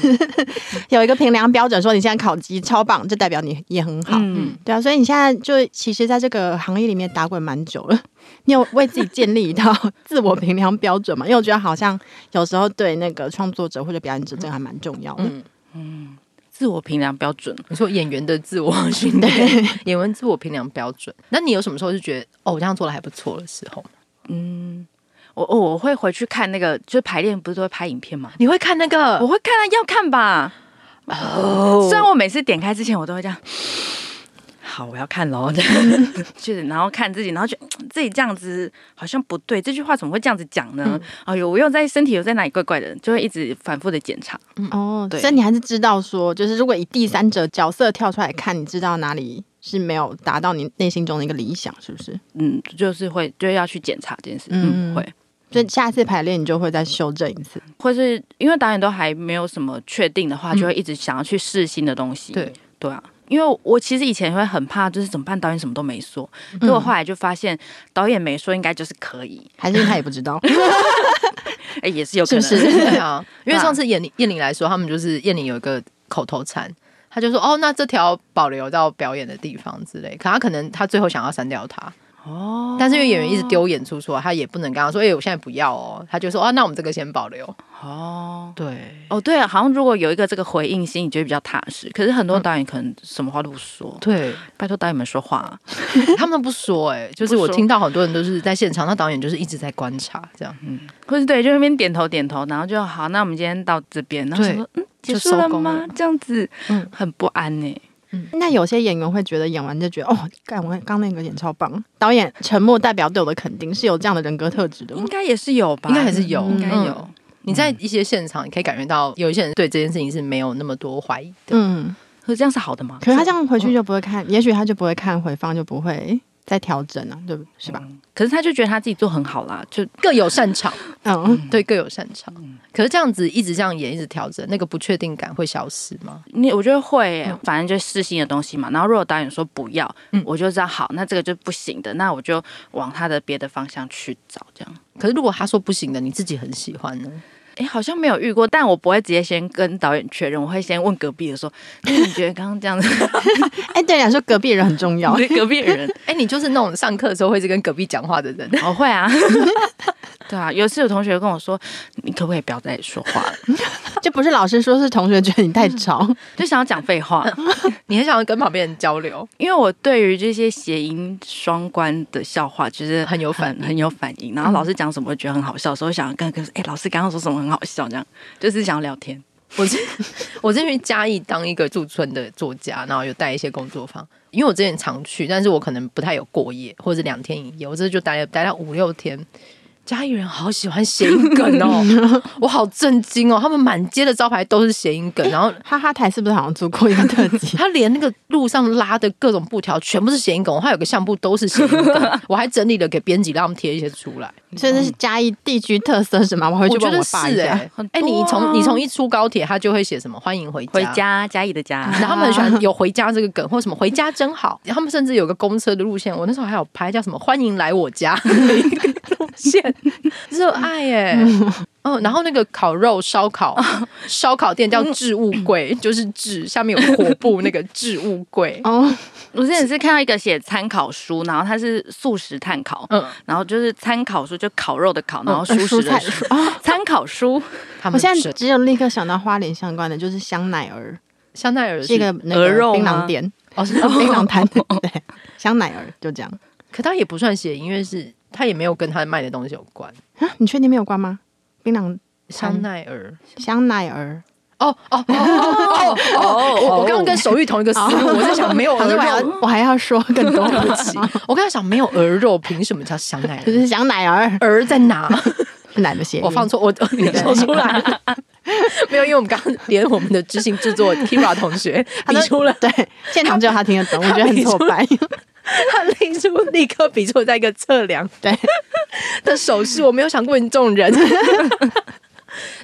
[SPEAKER 3] 有一个评量标准，说你现在考级超棒，就代表你也很好。
[SPEAKER 4] 嗯，
[SPEAKER 3] 对啊，所以你现在就其实在这个行业里面打滚蛮久了， 你有为自己建立一 套自我评量标准吗？因为我觉得好像有时候对那个创作者或者表演者这个还蛮重要的。
[SPEAKER 2] 嗯
[SPEAKER 4] 自我评量标准，”
[SPEAKER 2] 你说演员的自我 训练，演员自我评量标准。那你有什么时候是觉得哦，我这样做的还不错的时候吗？
[SPEAKER 4] 我我我会回去看那个，就是排练不是都会拍影片吗？
[SPEAKER 2] 你会看那
[SPEAKER 4] 我
[SPEAKER 2] 个？
[SPEAKER 4] 会看啊，要看吧。哦，虽然我每次点开之前，我都会这样。好，我要看喽，这样就是然后看自己，然后就自己这样子好像不对，这句话怎么会这样子讲
[SPEAKER 3] 嗯
[SPEAKER 4] 呢？哎呦，我又在身体又在哪里怪怪的，就会一直反复的检查。
[SPEAKER 3] 哦，
[SPEAKER 4] 对
[SPEAKER 3] 所以你还是知道说，就是如果以第三者角色跳出来看，你知道哪里是没有达到你内心中的一个理想，是不是？
[SPEAKER 4] 嗯，就是会就要去检查这件事。嗯，
[SPEAKER 3] 嗯
[SPEAKER 4] 会，
[SPEAKER 3] 所以下次排练你就会再修正一次。
[SPEAKER 4] 或是因为导演都还没有什么确定的话，
[SPEAKER 3] 嗯
[SPEAKER 4] 就会一直想要去试新的东西。
[SPEAKER 2] 对，
[SPEAKER 4] 对啊，因为我其实以前会很怕，就是怎么办，导演什么都没说。
[SPEAKER 3] 嗯
[SPEAKER 4] 可我后来就发现，导演没说应该就是可以。
[SPEAKER 3] 还是他也不知道，
[SPEAKER 4] 哎、也是有可
[SPEAKER 3] 是
[SPEAKER 4] 能。
[SPEAKER 3] 不是？
[SPEAKER 2] 对啊， 因为上次燕玲燕玲来说，他们就是燕玲有一个口头禅，他就说：“哦，那这条保留到表演的地方之类。”可他可能他最后想要删掉它。哦，但是因为演员一直丢演出出来，他也不能跟他说：“哎、我现在不要哦。”他就说：“哦，那我们这个先保留。
[SPEAKER 4] 哦”
[SPEAKER 2] 对，
[SPEAKER 4] 哦，对啊，好像如果有一个这个回应心，你觉得比较踏实。可是
[SPEAKER 3] 嗯
[SPEAKER 4] 很多导演可能什么话都不说，
[SPEAKER 2] 对，
[SPEAKER 4] 拜托导演们说话啊、
[SPEAKER 2] 他们都不说、哎，就是
[SPEAKER 4] 不
[SPEAKER 2] 我
[SPEAKER 4] 说
[SPEAKER 2] 听到很多人都是在现场，那导演就是一直在观察，这样
[SPEAKER 4] 或是对，就那边点头点头，然后就好，那我们今天到这边，然后
[SPEAKER 2] 对
[SPEAKER 4] 想说嗯，
[SPEAKER 2] 就
[SPEAKER 4] 结束了
[SPEAKER 2] 收工
[SPEAKER 4] 吗
[SPEAKER 2] 了？
[SPEAKER 4] 这样子，
[SPEAKER 2] 嗯
[SPEAKER 4] 嗯，很不安呢、
[SPEAKER 3] 那有些演员会觉得演完就觉得哦，干我刚那个演超棒，导演沉默代表对我的肯定，是有这样的人格特质的吗
[SPEAKER 4] 应？该也是有吧，
[SPEAKER 2] 应该还是有，
[SPEAKER 4] 应该
[SPEAKER 2] 嗯
[SPEAKER 4] 有。
[SPEAKER 2] 你在一些现场，你可以感觉到有一些人对这件事情是没有那么多怀疑的。
[SPEAKER 3] 嗯，
[SPEAKER 4] 可是这样是好的吗？
[SPEAKER 3] 可是他这样回去就不会看，也许他就不会看回放，就不会再调整啊，对不是吧？
[SPEAKER 4] 可是他就觉得他自己做很好啦，就
[SPEAKER 2] 各有擅长，
[SPEAKER 3] 嗯，
[SPEAKER 2] 对，各有擅长。可是这样子一直这样演，一直调整，那个不确定感会消失吗？
[SPEAKER 4] 你我觉得会耶、
[SPEAKER 2] 嗯
[SPEAKER 4] 反正就试新的东西嘛。然后如果导演说不要，
[SPEAKER 2] 嗯
[SPEAKER 4] 我就知道好，那这个就不行的，那我就往他的别的方向去找。这样，
[SPEAKER 2] 可是如果他说不行的，你自己很喜欢呢？
[SPEAKER 4] 诶，好像没有遇过，但我不会直接先跟导演确认，我会先问隔壁的说，那你觉得刚刚 这样子，
[SPEAKER 3] 哎、对你说隔壁人很重要，
[SPEAKER 4] 隔壁的人，
[SPEAKER 2] 哎、你就是那种上课的时候会是跟隔壁讲话的 人，
[SPEAKER 4] 我会啊。对啊，有一次有同学跟我说，你可不可以不要再说话了？
[SPEAKER 3] 就不是老师说，是同学觉得你太吵，
[SPEAKER 4] 就想要讲废话，
[SPEAKER 2] 你很想要跟旁边人交流。
[SPEAKER 4] 因为我对于这些谐音双关的笑话，就是
[SPEAKER 2] 很有反应
[SPEAKER 4] 很很有反应。然后老师讲什么，我觉得很好笑，所以我想跟跟说，哎、老师刚刚说什么很好笑，这样就是想要聊天。
[SPEAKER 2] 我是 我之前去嘉义当一个驻村的作家，然后有带一些工作坊，因为我之前常去，但是我可能不太有过夜或者两天一夜，我这就待了待了五六天。嘉义人好喜欢谐音梗 哦，我好震惊哦！他们满街的招牌都是谐音梗，然后
[SPEAKER 3] 哈哈台是不是好像做过一个特辑？
[SPEAKER 2] 他连那个路上拉的各种布条全部是谐音梗，我还有个相簿都是谐音梗，我还整理了给编辑让他们贴一些出来。
[SPEAKER 3] 所以这是嘉义地区特色是吗？我回去
[SPEAKER 2] 我觉
[SPEAKER 3] 问
[SPEAKER 2] 得
[SPEAKER 3] 我
[SPEAKER 2] 是
[SPEAKER 3] 爸一下。。
[SPEAKER 2] 哎、
[SPEAKER 4] 很多
[SPEAKER 2] 哎，
[SPEAKER 4] 啊
[SPEAKER 2] 你从你从一出高铁，他就会写什么欢迎回家，
[SPEAKER 4] 回家，嘉义的家，
[SPEAKER 2] 然后他们很喜欢有回家这个梗，或什么回家真好。他们甚至有个公车的路线，我那时候还有拍叫什么“欢迎来我家”一个路线，热爱耶、嗯，然后那个烤肉烧烤烧烤店叫置物柜，就是置下面有火布那个置物柜
[SPEAKER 3] 哦，
[SPEAKER 4] 我之前是看到一个写参考书，然后它是素食碳烤，
[SPEAKER 2] 嗯，
[SPEAKER 4] 然后就是参考书就烤肉的烤，然后素食
[SPEAKER 3] 蔬
[SPEAKER 4] 的
[SPEAKER 3] 菜
[SPEAKER 4] 蔬
[SPEAKER 3] 哦，
[SPEAKER 4] 参考书，
[SPEAKER 2] 他
[SPEAKER 3] 我
[SPEAKER 2] 们
[SPEAKER 3] 现在
[SPEAKER 2] 是
[SPEAKER 3] 只有立刻想到花莲相关的，就是香奈儿，
[SPEAKER 2] 香奈儿
[SPEAKER 3] 是一个那个
[SPEAKER 4] 鹅肉
[SPEAKER 3] 槟
[SPEAKER 4] 吗
[SPEAKER 3] 榔店，呃
[SPEAKER 2] 哦， 是
[SPEAKER 3] 槟榔摊， 对，香奈儿就这样。
[SPEAKER 2] 可他也不算写，因为是他也没有跟他卖的东西有关。
[SPEAKER 3] 啊，你确定没有关吗？槟榔
[SPEAKER 2] 香奈儿。
[SPEAKER 3] 香奈儿，
[SPEAKER 2] 哦哦 哦哦哦哦！我我刚刚跟手玉同一个思路，我在想没 有
[SPEAKER 3] 可
[SPEAKER 2] 鹅
[SPEAKER 3] 是我还要
[SPEAKER 2] 肉，
[SPEAKER 3] 我还要 说更多，
[SPEAKER 2] 对不起，我刚才想没有鹅肉，凭什么叫香奈
[SPEAKER 3] 就
[SPEAKER 2] 儿？
[SPEAKER 3] 是香奈儿
[SPEAKER 2] 鹅在 哪？
[SPEAKER 3] 是哪个谐音？
[SPEAKER 2] 我放错，我你 说出来 了。没有，因为我们刚刚连我们的执行制作 Kira 同学
[SPEAKER 3] 他
[SPEAKER 2] 比
[SPEAKER 3] 都
[SPEAKER 2] 出了，
[SPEAKER 3] 对，现场只有他听得懂，我觉得很挫败。
[SPEAKER 2] 他立出立刻比出在一个测量
[SPEAKER 3] 对，
[SPEAKER 2] 的手势，我没有想过你这种人。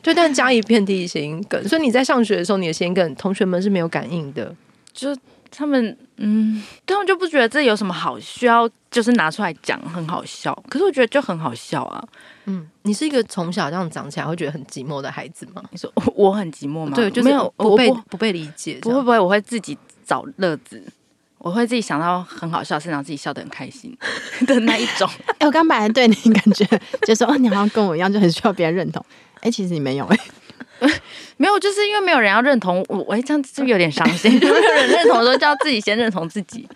[SPEAKER 2] 对，但加一遍地谐音梗，所以你在上学的时候，你的谐音梗同学们是没有感应的。
[SPEAKER 4] 就他们，嗯，他们就不觉得这有什么好需要，就是拿出来讲很好笑。可是我觉得就很好笑啊！
[SPEAKER 2] 嗯，你是一个从小这样长起来会觉得很寂寞的孩子吗？
[SPEAKER 4] 你说我我很寂寞吗？
[SPEAKER 2] 对，就是
[SPEAKER 4] 没有，
[SPEAKER 2] 不
[SPEAKER 4] 我
[SPEAKER 2] 被
[SPEAKER 4] 不
[SPEAKER 2] 不被理解这
[SPEAKER 4] 不会
[SPEAKER 2] 样。
[SPEAKER 4] 不会，我会自己找乐子，我会自己想到很好笑的事，让自己笑得很开 心的那一种。
[SPEAKER 3] 哎，我刚本来对你感觉就说，哦，你好像跟我一样，就很需要别人认同。哎，其实你没有哎，
[SPEAKER 4] 没有，就是因为没有人要认同我，我哎这样是不是有点伤心？ 就没有人认同的时候，就要自己先认同自己。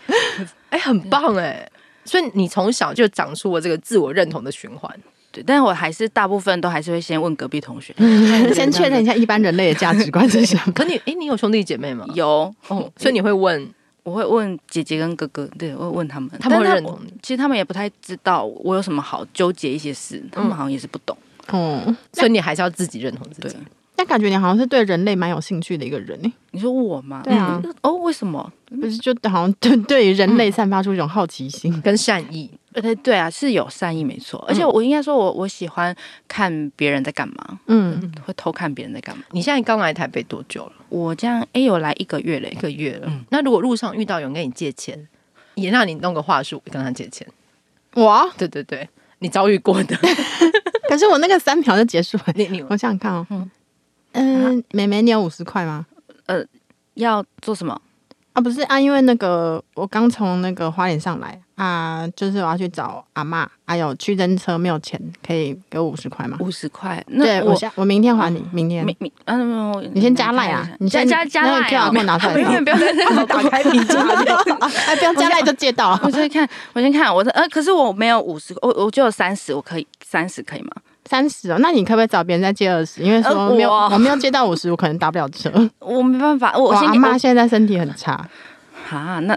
[SPEAKER 2] 哎、很棒哎、
[SPEAKER 4] 嗯
[SPEAKER 2] 所以你从小就长出了这个自我认同的循环。
[SPEAKER 4] 对，但是我还是大部分都还是会先问隔壁同学。
[SPEAKER 3] 哎先确认一下一般人类的价值观是什么。
[SPEAKER 2] 可你哎、你有兄弟姐妹吗？
[SPEAKER 4] 有，
[SPEAKER 2] 哦，所以你会问
[SPEAKER 4] 我会问姐姐跟哥哥，对我会问他们，
[SPEAKER 2] 他们会
[SPEAKER 4] 但
[SPEAKER 2] 认同你。
[SPEAKER 4] 其实他们也不太知道我有什么好纠结一些事，他们好像也是不懂。
[SPEAKER 3] 嗯，
[SPEAKER 2] 所以你还是要自己认同自
[SPEAKER 4] 对
[SPEAKER 2] 己。，
[SPEAKER 3] 但感觉你好像是对人类蛮有兴趣的一个人哎，
[SPEAKER 4] 你说我吗？
[SPEAKER 3] 对啊嗯
[SPEAKER 4] 嗯哦，为什么？
[SPEAKER 3] 不是就好像对对于人类散发出一种好奇心。
[SPEAKER 2] 跟善意，
[SPEAKER 4] 呃对对啊，是有善意没错，而且我应该说我我喜欢看别人在干嘛，
[SPEAKER 3] 嗯，
[SPEAKER 4] 会偷看别人在干嘛。
[SPEAKER 2] 你现在刚来台北多久了？
[SPEAKER 4] 我这样哎，有来一个月嘞
[SPEAKER 2] 一，个月了。那如果路上遇到有人跟你借钱，也让你弄个话术跟他借钱。
[SPEAKER 3] 我
[SPEAKER 2] 对对对，你遭遇过的，
[SPEAKER 3] 可是我那个三秒就结束了。
[SPEAKER 2] 你你
[SPEAKER 3] 我想想看哦，
[SPEAKER 4] 嗯
[SPEAKER 3] 嗯，妹妹，你有五十块吗？
[SPEAKER 4] 要做什么？
[SPEAKER 3] 啊，不是啊，因为那个我刚从那个花莲上来啊，就是我要去找阿嬷，还有区政车没有钱，可以给我五十块吗？
[SPEAKER 4] 五十块？
[SPEAKER 3] 对
[SPEAKER 4] 嗯那
[SPEAKER 3] 我
[SPEAKER 4] 我
[SPEAKER 3] 下我明天还你，明天
[SPEAKER 4] 没。没嗯，我
[SPEAKER 3] 你先加赖啊
[SPEAKER 4] 看一下
[SPEAKER 3] 你
[SPEAKER 4] 加
[SPEAKER 3] 先
[SPEAKER 4] 加加
[SPEAKER 3] 那个
[SPEAKER 4] 赖
[SPEAKER 3] QR
[SPEAKER 4] 啊！
[SPEAKER 3] code 拿出来
[SPEAKER 4] 我永 远不要再他们打开屏障。
[SPEAKER 3] 哎，不要加赖就借到
[SPEAKER 4] 我
[SPEAKER 3] 了，
[SPEAKER 4] 先看，我先看，我说呃，可是我没有五十，我我只有三十，我可以三十可以吗？
[SPEAKER 3] 三十哦。那你可不可以找别人再借二十？因为说
[SPEAKER 4] 呃
[SPEAKER 3] 没有，
[SPEAKER 4] 我
[SPEAKER 3] 我没有借到五十，我可能打不了车。
[SPEAKER 4] 我没办法，我
[SPEAKER 3] 我
[SPEAKER 4] 我先
[SPEAKER 3] 阿
[SPEAKER 4] 给
[SPEAKER 3] 嬷
[SPEAKER 4] 我
[SPEAKER 3] 现在身体很差，
[SPEAKER 4] 哈，那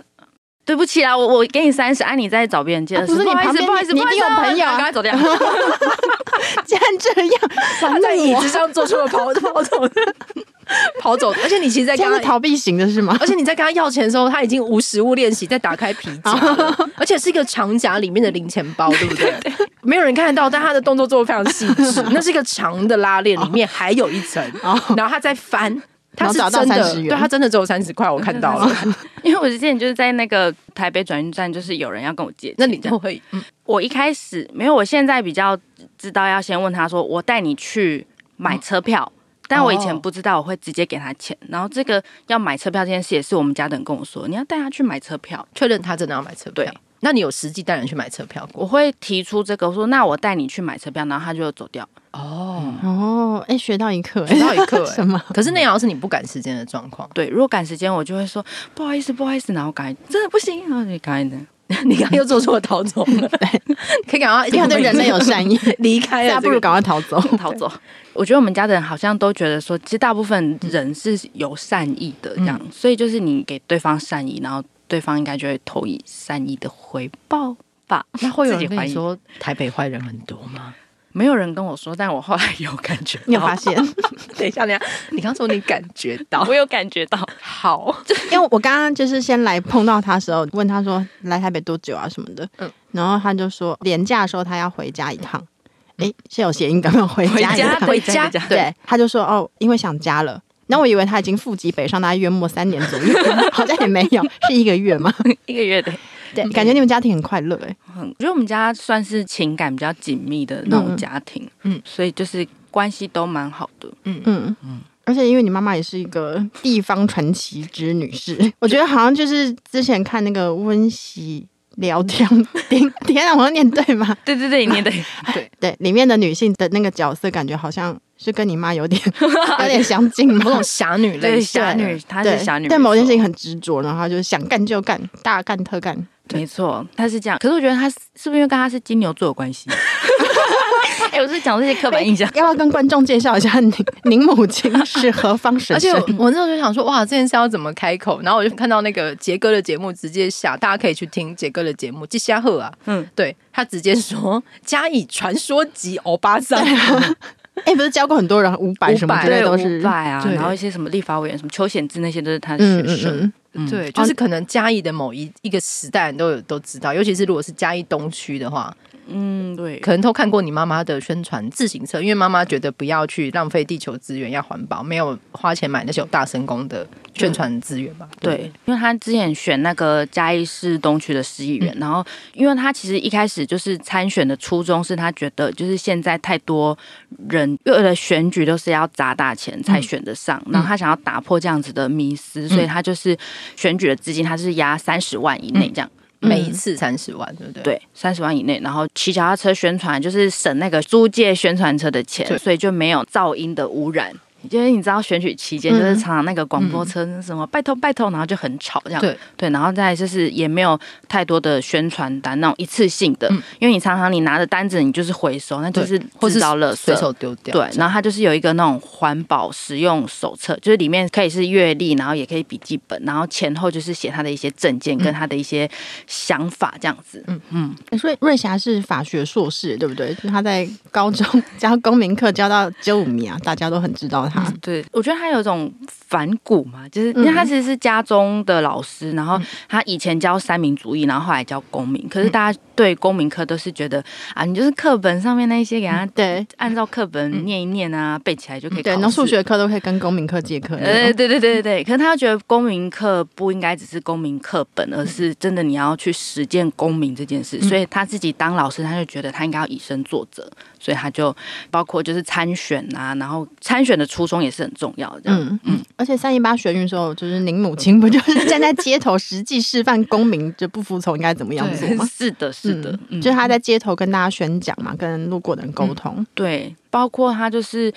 [SPEAKER 4] 对不起啊，我我给你三十，哎，你再找别人借
[SPEAKER 3] 啊
[SPEAKER 4] 二十、
[SPEAKER 3] 不是
[SPEAKER 4] 不好意
[SPEAKER 3] 你旁
[SPEAKER 4] 思，
[SPEAKER 3] 边
[SPEAKER 4] 不好意思，
[SPEAKER 3] 你
[SPEAKER 4] 不好意
[SPEAKER 3] 你
[SPEAKER 4] 思
[SPEAKER 3] 有朋友啊
[SPEAKER 4] 赶快走掉。
[SPEAKER 3] 竟然这样，
[SPEAKER 2] 他
[SPEAKER 3] 反
[SPEAKER 2] 在
[SPEAKER 3] 正
[SPEAKER 2] 椅
[SPEAKER 3] 我
[SPEAKER 2] 子上做出了跑跑走的 跑走的，而且你其实在呃
[SPEAKER 3] 这
[SPEAKER 2] 跟
[SPEAKER 3] 样是
[SPEAKER 2] 他，
[SPEAKER 3] 逃避型的是吗？
[SPEAKER 2] 而且你在跟他要钱的时候，他已经无实物练习，在打开皮夹了， 而且是一个长夹里面的零钱包，对不对？ 没有人看得到，但他的动作做的非常细 致。那是一个长的拉链，里面还有一 层，然后他在翻。他是
[SPEAKER 3] 然后找到
[SPEAKER 2] 真的，
[SPEAKER 3] 30元
[SPEAKER 2] 对他真的只有 三十块，我看到了。
[SPEAKER 4] 因为我之前就是在那个台北转运站，就是有人要跟我借钱，
[SPEAKER 2] 那你就会，嗯
[SPEAKER 4] 我一开始没有，我现在比较知道要先问他说，我带你去
[SPEAKER 3] 嗯
[SPEAKER 4] 买车票。但我以前
[SPEAKER 2] 哦
[SPEAKER 4] 不知道，我会直接给他钱。然后这个要买车票这件事也是我们家的人跟我说，你要带他去买车票。
[SPEAKER 2] 确认他真的要买车票
[SPEAKER 4] 对。
[SPEAKER 2] 那你有实际带人去买车票过？
[SPEAKER 4] 我会提出这个，我说那我带你去买车票，然后他就走掉。
[SPEAKER 2] 哦，
[SPEAKER 3] 哦，哎，学到一课，
[SPEAKER 2] 学到一课 欸
[SPEAKER 3] 什么？
[SPEAKER 2] 可是那也要是你不赶时间的状况。
[SPEAKER 4] 对，如果赶时间，我就会说不好意思，不好意思，然后赶真的不行，然后就赶紧
[SPEAKER 2] 你刚刚又做错逃 走了，可以感到
[SPEAKER 3] 你看对人类有善意，
[SPEAKER 2] 离开了、
[SPEAKER 3] 大
[SPEAKER 2] 这
[SPEAKER 3] 不
[SPEAKER 2] 个
[SPEAKER 3] 如赶快逃走。
[SPEAKER 4] 逃走。我觉得我们家的人好像都觉得说，其实大部分人是有善意的这样，所以就是你给对方善意，然后对方应该就会投以善意的回报吧。
[SPEAKER 2] 那会有人
[SPEAKER 4] 自己
[SPEAKER 2] 跟
[SPEAKER 4] 怀
[SPEAKER 2] 你
[SPEAKER 4] 疑
[SPEAKER 2] 说台北坏人很多吗？
[SPEAKER 4] 没有人跟我说，但我后来有感觉到，
[SPEAKER 3] 你有发现？
[SPEAKER 2] 等一下，等一下，你刚说你感觉到
[SPEAKER 4] 我有感觉到。
[SPEAKER 2] 好，
[SPEAKER 3] 因为我刚刚就是先来碰到他的时候，问他说来台北多久啊什么的，
[SPEAKER 2] 嗯
[SPEAKER 3] 然后他就说廉假的时候他要回家一趟，诶，是有谐音梗吗？回家一
[SPEAKER 4] 家
[SPEAKER 3] 趟，
[SPEAKER 4] 回
[SPEAKER 2] 家
[SPEAKER 4] 回家
[SPEAKER 2] 对，
[SPEAKER 3] 对，他就说哦，因为想家了。然后我以为他已经赴极北上，大概约莫三年左右，好像也没有，是一个月嘛。
[SPEAKER 4] 一个月的，
[SPEAKER 3] 对，感觉你们家庭很快乐哎、
[SPEAKER 4] 很我觉得我们家算是情感比较紧密的那种家庭，
[SPEAKER 2] 嗯
[SPEAKER 4] 嗯
[SPEAKER 2] 嗯，
[SPEAKER 4] 所以就是关系都蛮好的。
[SPEAKER 3] 嗯而且因为你妈妈也是一个地方传奇之女士，我觉得好像就是之前看那个温习聊天，天天啊，我念对吗？
[SPEAKER 4] 对对对， 你的
[SPEAKER 3] 对，里面的女性的那个角色，感觉好像是跟你妈 有点有点相近嘛
[SPEAKER 2] 某。种侠女类
[SPEAKER 4] 对
[SPEAKER 2] 型的
[SPEAKER 4] 侠女，她
[SPEAKER 3] 对
[SPEAKER 4] 是侠女，
[SPEAKER 3] 对某件事
[SPEAKER 4] 没错
[SPEAKER 3] 情很执着，然后她就是想干就干，大干特干。
[SPEAKER 4] 没错，他是这样。可是我觉得他是是不是因为跟他是金牛座有 关系？哎、我是讲这些刻板印象。
[SPEAKER 3] 要不要跟观众介绍一下您 您母亲是何方神
[SPEAKER 2] 而且
[SPEAKER 3] 圣
[SPEAKER 2] 我？我那时候就想说，哇，这件事要怎么开口？然后我就看到那个杰哥的节目，直接下，大家可以去听杰哥的节目，记下赫啊，嗯
[SPEAKER 4] 嗯，
[SPEAKER 2] 对他直接说加以传说级欧巴桑，
[SPEAKER 4] 啊
[SPEAKER 3] 哎、不是教过很多人五百什么
[SPEAKER 2] 伍佰
[SPEAKER 3] 之类
[SPEAKER 4] 对，
[SPEAKER 3] 都是
[SPEAKER 4] 伍佰。啊，
[SPEAKER 2] 对
[SPEAKER 4] 然后一些什么立法委员，什么邱显志那些都是他的
[SPEAKER 3] 嗯
[SPEAKER 4] 学
[SPEAKER 3] 嗯
[SPEAKER 4] 生。
[SPEAKER 3] 嗯，
[SPEAKER 2] 对，
[SPEAKER 4] 哦
[SPEAKER 2] 就是可能嘉义的某一一个时代人都有都知道，尤其是如果是嘉义东区的话，
[SPEAKER 4] 嗯，对，
[SPEAKER 2] 可能都看过你妈妈的宣传自行车，因为妈妈觉得不要去浪费地球资源，要环保，没有花钱买那些有大神功的宣传资源吧？
[SPEAKER 4] 对，因为他之前选那个嘉义市东区的市议
[SPEAKER 2] 嗯
[SPEAKER 4] 员，然后因为他其实一开始就是参选的初衷是他觉得就是现在太多人为了选举都是要砸大钱才选
[SPEAKER 2] 嗯
[SPEAKER 4] 得上，然后他想要打破这样子的迷思，所以他就是选举的资金他是压三十万以内这样。
[SPEAKER 2] 对，每一次三十万，对嗯不对？，
[SPEAKER 4] 嗯对，三十万以内，然后骑脚踏车宣传就是省那个租借宣传车的
[SPEAKER 2] 对
[SPEAKER 4] 钱，所以就没有噪音的污染。因为你知道选举期间，
[SPEAKER 2] 嗯
[SPEAKER 4] 就是常常那个广播车那什么、拜托拜托，然后就很吵这样。
[SPEAKER 2] 对
[SPEAKER 4] 对，然后再来就是也没有太多的宣传单那种一次性的，
[SPEAKER 2] 嗯
[SPEAKER 4] 因为你常常你拿着单子，你就是回收，那就
[SPEAKER 2] 对
[SPEAKER 4] 是
[SPEAKER 2] 或
[SPEAKER 4] 制
[SPEAKER 2] 是
[SPEAKER 4] 造垃圾，
[SPEAKER 2] 随手丢掉。
[SPEAKER 4] 对，然后它就是有一个那种环保实用手册，就是里面可以是阅历，然后也可以笔记本，然后前后就是写他的一些证件
[SPEAKER 2] 嗯
[SPEAKER 4] 跟他的一些想法这样子。
[SPEAKER 3] 哎所以瑞霞是法学硕士，对不对？就是她在高中教公民课教到九五米啊，大家都很知道她。
[SPEAKER 4] 对，我觉得他有一种反骨嘛，就是
[SPEAKER 3] 嗯
[SPEAKER 4] 因为他其实是家中的老师，然后他以前教三民主义，然后后来教公民，可是
[SPEAKER 3] 嗯
[SPEAKER 4] 大家对公民课都是觉得啊，你就是课本上面那一些给他
[SPEAKER 3] 嗯对嗯
[SPEAKER 4] 按照课本念一念啊，背起来就可以考
[SPEAKER 3] 对，
[SPEAKER 4] 试。
[SPEAKER 3] 然后数学课都可以跟公民课借课那种。
[SPEAKER 4] 呃，对对对对对，可是他觉得公民课不应该只是公民课本，而是真的你要去实践公民这件事。
[SPEAKER 3] 嗯
[SPEAKER 4] 所以他自己当老师，他就觉得他应该要以身作则，所以他就包括就是参选啊，然后参选的初衷也是很重要的。嗯，
[SPEAKER 3] 嗯嗯，而且三一八学运的时候，就是您母亲不就是站在街头实际示范公民就不服从应该怎么样做吗？
[SPEAKER 4] 是的，是的，
[SPEAKER 3] 嗯
[SPEAKER 4] 嗯，
[SPEAKER 3] 就是她在街头跟大家宣讲嘛，跟路过的人沟通。
[SPEAKER 4] 对，包括他就是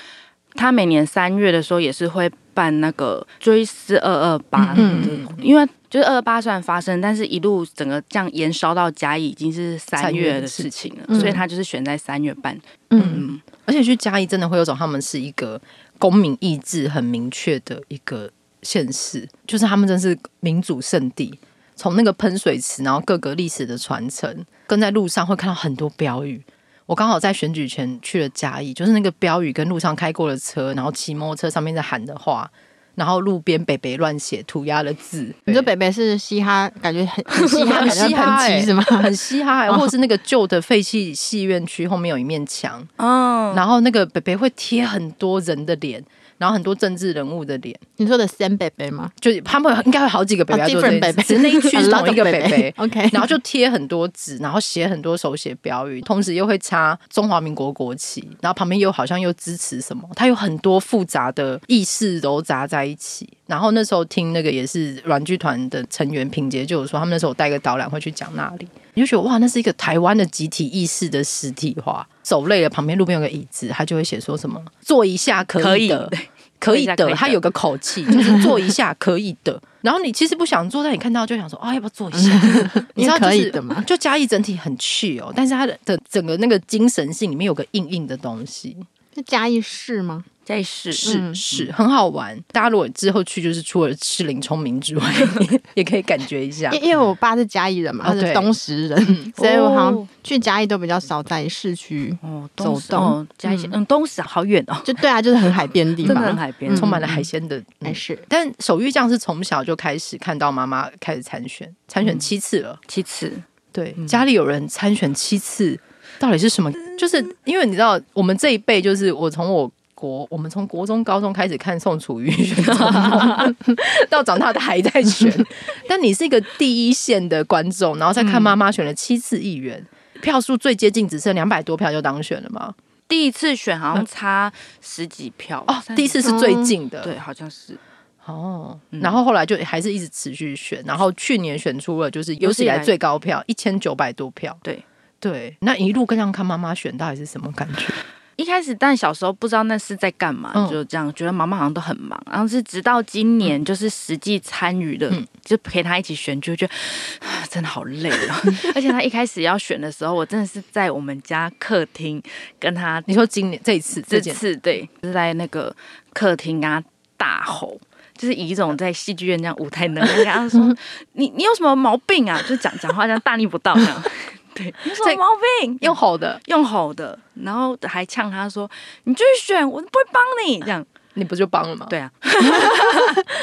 [SPEAKER 4] 他每年三月的时候也是会办那个追思二二八，
[SPEAKER 3] 嗯
[SPEAKER 4] 因为就是二二八虽然发生，但是一路整个这样延烧到嘉义已经是三月的事情了，
[SPEAKER 3] 嗯
[SPEAKER 4] 所以他就是选在三月办。
[SPEAKER 3] 嗯，
[SPEAKER 2] 而且去嘉义真的会有种他们是一个公民意志很明确的一个县市，就是他们真是民主圣地。从那个喷水池，然后各个历史的传承，跟在路上会看到很多标语。我刚好在选举前去了嘉义，就是那个标语跟路上开过的车，然后骑摩托车上面在喊的话，然后路边北北乱写涂鸦的字。
[SPEAKER 3] 你说北北是嘻哈，感觉很很嘻 哈，感
[SPEAKER 2] 很
[SPEAKER 3] 觉
[SPEAKER 2] 嘻哈
[SPEAKER 3] 很
[SPEAKER 2] 欸
[SPEAKER 3] 急是吗？
[SPEAKER 2] 很 嘻哈、欸，
[SPEAKER 3] 哦
[SPEAKER 2] 或者是那个旧的废弃戏院区后面有一面墙，
[SPEAKER 4] 嗯，
[SPEAKER 2] 然后那个北北会贴很多人的脸，然后很多政治人物的脸，
[SPEAKER 3] 你说的 Sam 北北吗
[SPEAKER 2] 就他们应该会有好几个北北
[SPEAKER 3] 哦
[SPEAKER 2] 要做这
[SPEAKER 3] different 北
[SPEAKER 2] 件
[SPEAKER 3] 北
[SPEAKER 2] 事，只是那一区
[SPEAKER 3] A
[SPEAKER 2] 是
[SPEAKER 3] lot
[SPEAKER 2] 同一个
[SPEAKER 3] of 北北
[SPEAKER 2] 北
[SPEAKER 3] OK
[SPEAKER 2] 然后就贴很多纸，然后写很多手写标语，同时又会插中华民国国旗，然后旁边又好像又支持什么，它有很多复杂的意识糅杂在一起。然后那时候听那个也是软剧团的成员品杰就有说，他们那时候有带个导览会去讲那里，你就觉得哇，那是一个台湾的集体意识的实体化。走累了，旁边路边有个椅子，他就会写说什么“坐一下可以的”，可
[SPEAKER 4] 可
[SPEAKER 2] 以
[SPEAKER 4] 以的
[SPEAKER 2] 的
[SPEAKER 4] 可以，的
[SPEAKER 2] 他有个口气，就是坐一下可以的。 然后你其实不想坐，但你看到就想说啊，要不要坐一下？你知道就
[SPEAKER 3] 因为可
[SPEAKER 2] 是
[SPEAKER 3] 以的嘛
[SPEAKER 2] 就嘉义整体很去哦，但是它的的整个那个精神性里面有个硬硬的东西，
[SPEAKER 3] 是嘉义市吗？
[SPEAKER 4] 在试
[SPEAKER 2] 是
[SPEAKER 3] 嗯
[SPEAKER 2] 是很好玩。大家如果之后去，就是除了吃林聪明之外， 也可以感觉一下
[SPEAKER 3] 因因为我爸是嘉义人嘛，
[SPEAKER 2] 哦
[SPEAKER 3] 他是
[SPEAKER 2] 对嗯
[SPEAKER 3] 东石人，所以我好像
[SPEAKER 4] 哦
[SPEAKER 3] 去嘉义都比较少在市区。
[SPEAKER 4] 哦，
[SPEAKER 3] 走
[SPEAKER 4] 东石
[SPEAKER 3] 动
[SPEAKER 4] 哦，加一些嗯，东石好远哦，
[SPEAKER 3] 就对啊，就是很海边地
[SPEAKER 4] 真的很
[SPEAKER 3] 嘛，
[SPEAKER 4] 海边，
[SPEAKER 2] 充满了海鲜的。嗯
[SPEAKER 3] 还是
[SPEAKER 2] 但手玉酱是从小就开始看到妈妈开始参选，参
[SPEAKER 3] 嗯
[SPEAKER 2] 选七次了。
[SPEAKER 4] 其次，
[SPEAKER 2] 对，
[SPEAKER 4] 嗯
[SPEAKER 2] 家里有人参选七次，到底是什么？就是因为你知道，我们这一辈就是我从我国，我们从国中、高中开始看宋楚瑜选总统， 到长大他还在 选。但你是一个第一线的观众，然后再看妈妈选了七次议员，票数最接近只剩两百多票就当选了嘛？
[SPEAKER 4] 第一次选好像差十几票
[SPEAKER 2] 哦，
[SPEAKER 4] 三十
[SPEAKER 2] 第一次是最近的，
[SPEAKER 4] 对，好像是
[SPEAKER 2] 哦，然后后来就还是一直持续选，然后去年选出了就是有
[SPEAKER 4] 有史
[SPEAKER 2] 史以
[SPEAKER 4] 以来
[SPEAKER 2] 来最高票一千九百多票，
[SPEAKER 4] 对
[SPEAKER 2] 对，那一路跟上看妈妈选到底是什么感 觉？
[SPEAKER 4] 一开始，但小时候不知道那是在干嘛，
[SPEAKER 2] 嗯
[SPEAKER 4] 就这样觉得妈妈好像都很忙。然后是直到今年，就是实际参与的，
[SPEAKER 2] 嗯
[SPEAKER 4] 就陪她一起选，就觉得啊真的好累哦。 而且她一开始要选的时候，我真的是在我们家客厅跟她
[SPEAKER 2] 你说今年这一次
[SPEAKER 4] 这
[SPEAKER 2] 这件
[SPEAKER 4] 次对，就是在那个客厅跟她大吼。就是以一种在戏剧院这样舞台能力，跟她说你你有什么毛病啊？就讲讲话这样大逆不道这样， 对，你有什么
[SPEAKER 2] 这
[SPEAKER 4] 毛病？
[SPEAKER 2] 用吼的，
[SPEAKER 4] 用吼的，然后还呛他说：“你去选，我不会帮你。”这样，
[SPEAKER 2] 你不就帮了吗？，
[SPEAKER 4] 对啊，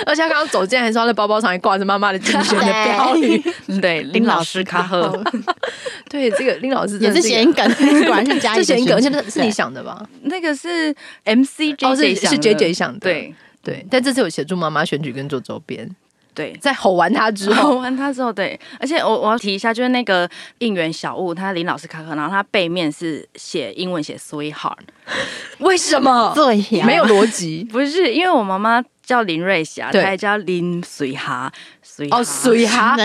[SPEAKER 2] 而且他刚刚走进来的时候，他的包包上还挂着妈妈的竞选的标语。
[SPEAKER 4] 对，林老师卡赫，
[SPEAKER 2] 对，这个林老师
[SPEAKER 3] 哦也
[SPEAKER 2] 真的
[SPEAKER 3] 是谐音
[SPEAKER 2] 一个
[SPEAKER 3] 梗，果然是嘉义
[SPEAKER 2] 这谐
[SPEAKER 3] 的
[SPEAKER 2] 音梗，而且那
[SPEAKER 3] 选
[SPEAKER 2] 是你想的吧？
[SPEAKER 4] 那个是 MC
[SPEAKER 2] 哦，是
[SPEAKER 4] JJ 想
[SPEAKER 2] 是
[SPEAKER 4] 的
[SPEAKER 2] JJ 想的，
[SPEAKER 4] 对
[SPEAKER 2] 对。哦但这次有协助妈妈选举跟做周边，
[SPEAKER 4] 对。
[SPEAKER 2] 在吼完他之
[SPEAKER 4] 吼
[SPEAKER 2] 后，
[SPEAKER 4] 完他之后，对，而且我我要提一下，就是那个应援小物，他林老师卡赫，然后他背面是写英文写 sweetheart，
[SPEAKER 2] 为什 么
[SPEAKER 3] 对呀，
[SPEAKER 2] 没有逻辑？
[SPEAKER 4] 不是因为我妈妈叫林瑞霞，她
[SPEAKER 2] 对
[SPEAKER 4] 也叫林水哈，水
[SPEAKER 2] 哦，水
[SPEAKER 3] 啊
[SPEAKER 2] 哈，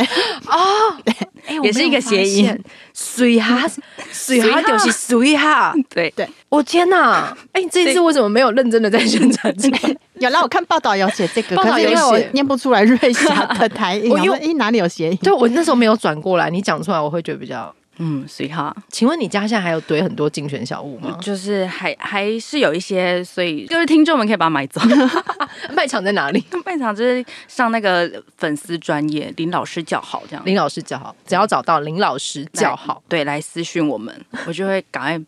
[SPEAKER 2] 哎
[SPEAKER 4] 也是一个谐音。
[SPEAKER 2] 水 哈，水哈就是水哈。
[SPEAKER 4] 对
[SPEAKER 3] 对
[SPEAKER 2] 我天哪！哎，你这一次为什么没有认真的在宣传这个？
[SPEAKER 3] 有啦，我看报道有写这个，
[SPEAKER 2] 报道
[SPEAKER 3] 可是因为
[SPEAKER 2] 有
[SPEAKER 3] 我
[SPEAKER 2] 写
[SPEAKER 3] 念不出来瑞霞的台音，
[SPEAKER 2] 我
[SPEAKER 3] 我
[SPEAKER 2] 又
[SPEAKER 3] 说诶哪里有谐音？
[SPEAKER 2] 对我那时候没有转过来，你讲出来我会觉得比 较。
[SPEAKER 4] 嗯，水哈，
[SPEAKER 2] 请问你家现在还有堆很多竞选小物吗？
[SPEAKER 4] 就是还还是有一些，所以就是听众们可以把它买走。
[SPEAKER 2] 卖场在哪里？
[SPEAKER 4] 半场就是上那个粉丝专业林老师叫好这样，
[SPEAKER 2] 林老师叫好，只要找到林老师
[SPEAKER 4] 来
[SPEAKER 2] 叫好，
[SPEAKER 4] 对，来私讯我 们，我就会赶快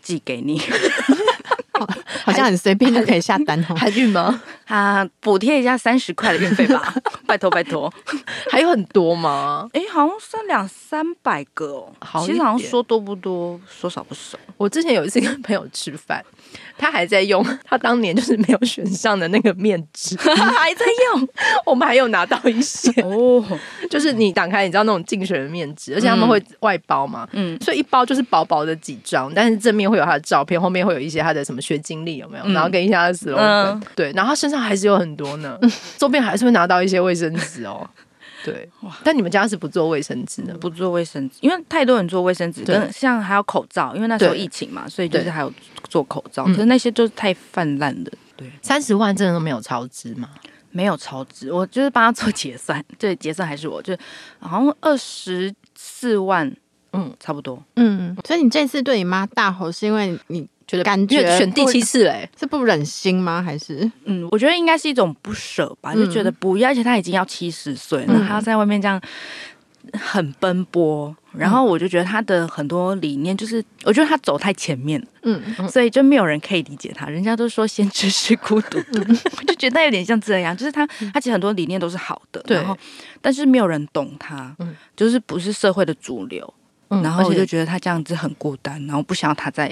[SPEAKER 4] 寄给你
[SPEAKER 3] 好像很随便就可以下单 哦。
[SPEAKER 2] 海运吗？
[SPEAKER 4] 啊，补贴一下三十块的运费吧， 拜托拜托。
[SPEAKER 2] 还有很多吗？
[SPEAKER 4] 哎，好像剩两三百个哦，
[SPEAKER 2] 好一
[SPEAKER 4] 其实好像
[SPEAKER 2] 点
[SPEAKER 4] 说多不多，说少不 少。
[SPEAKER 2] 我之前有一次跟朋友吃饭，他还在用他当年就是没有选上的那个面纸，还在用。我们还有拿到一些，
[SPEAKER 4] 哦，
[SPEAKER 2] 就是你打开，你知道那种竞选的面纸，而且他们会外包嘛，
[SPEAKER 4] 嗯
[SPEAKER 2] 所以一包就是薄薄的几张，但是正面会有他的照片，后面会有一些他的什么学经历有没有，
[SPEAKER 4] 嗯
[SPEAKER 2] 然后跟一些他的 slogan，、
[SPEAKER 4] 嗯
[SPEAKER 2] 对，然后他身上还是有很多 呢，周边还是会拿到一些卫生纸哦，对，但你们家是不做卫生纸的吗？
[SPEAKER 4] 不做卫生纸，因为太多人做卫生纸，
[SPEAKER 2] 对
[SPEAKER 4] 跟像还有口罩，因为那时候
[SPEAKER 2] 对
[SPEAKER 4] 疫情嘛，所以就是
[SPEAKER 2] 对
[SPEAKER 4] 还有做口罩，
[SPEAKER 2] 嗯
[SPEAKER 4] 可是那些就是太泛滥了。
[SPEAKER 2] 三十万真的都没有超支吗？
[SPEAKER 4] 没有超支，我就是帮他做 结算，对，结算还是我，就好像二十四万，
[SPEAKER 2] 嗯
[SPEAKER 4] 嗯，差不多，
[SPEAKER 3] 嗯，所以你这次对你妈大吼，是因为你
[SPEAKER 2] 觉得
[SPEAKER 3] 感觉
[SPEAKER 2] 因为选第七次欸嘞，
[SPEAKER 3] 是不忍心吗？还是
[SPEAKER 4] 嗯，我觉得应该是一种不舍吧，就觉得不要，而且他已经要七十岁，
[SPEAKER 2] 嗯
[SPEAKER 4] 那他要在外面这样很奔波，然
[SPEAKER 2] 嗯
[SPEAKER 4] 后我就觉得他的很多理念就是，我觉得他走太前面了，
[SPEAKER 3] 嗯，
[SPEAKER 4] 所以就没有人可以理解他。人家都说先知是孤独 的，我就觉得他有点像这样，就是他他其实很多理念都是好的，
[SPEAKER 2] 嗯对
[SPEAKER 4] 然后但是没有人懂他
[SPEAKER 2] 嗯，
[SPEAKER 4] 就是不是社会的主流，
[SPEAKER 2] 嗯
[SPEAKER 4] 然后我
[SPEAKER 2] 而且
[SPEAKER 4] 就觉得他这样子很孤单，然后不想要他在、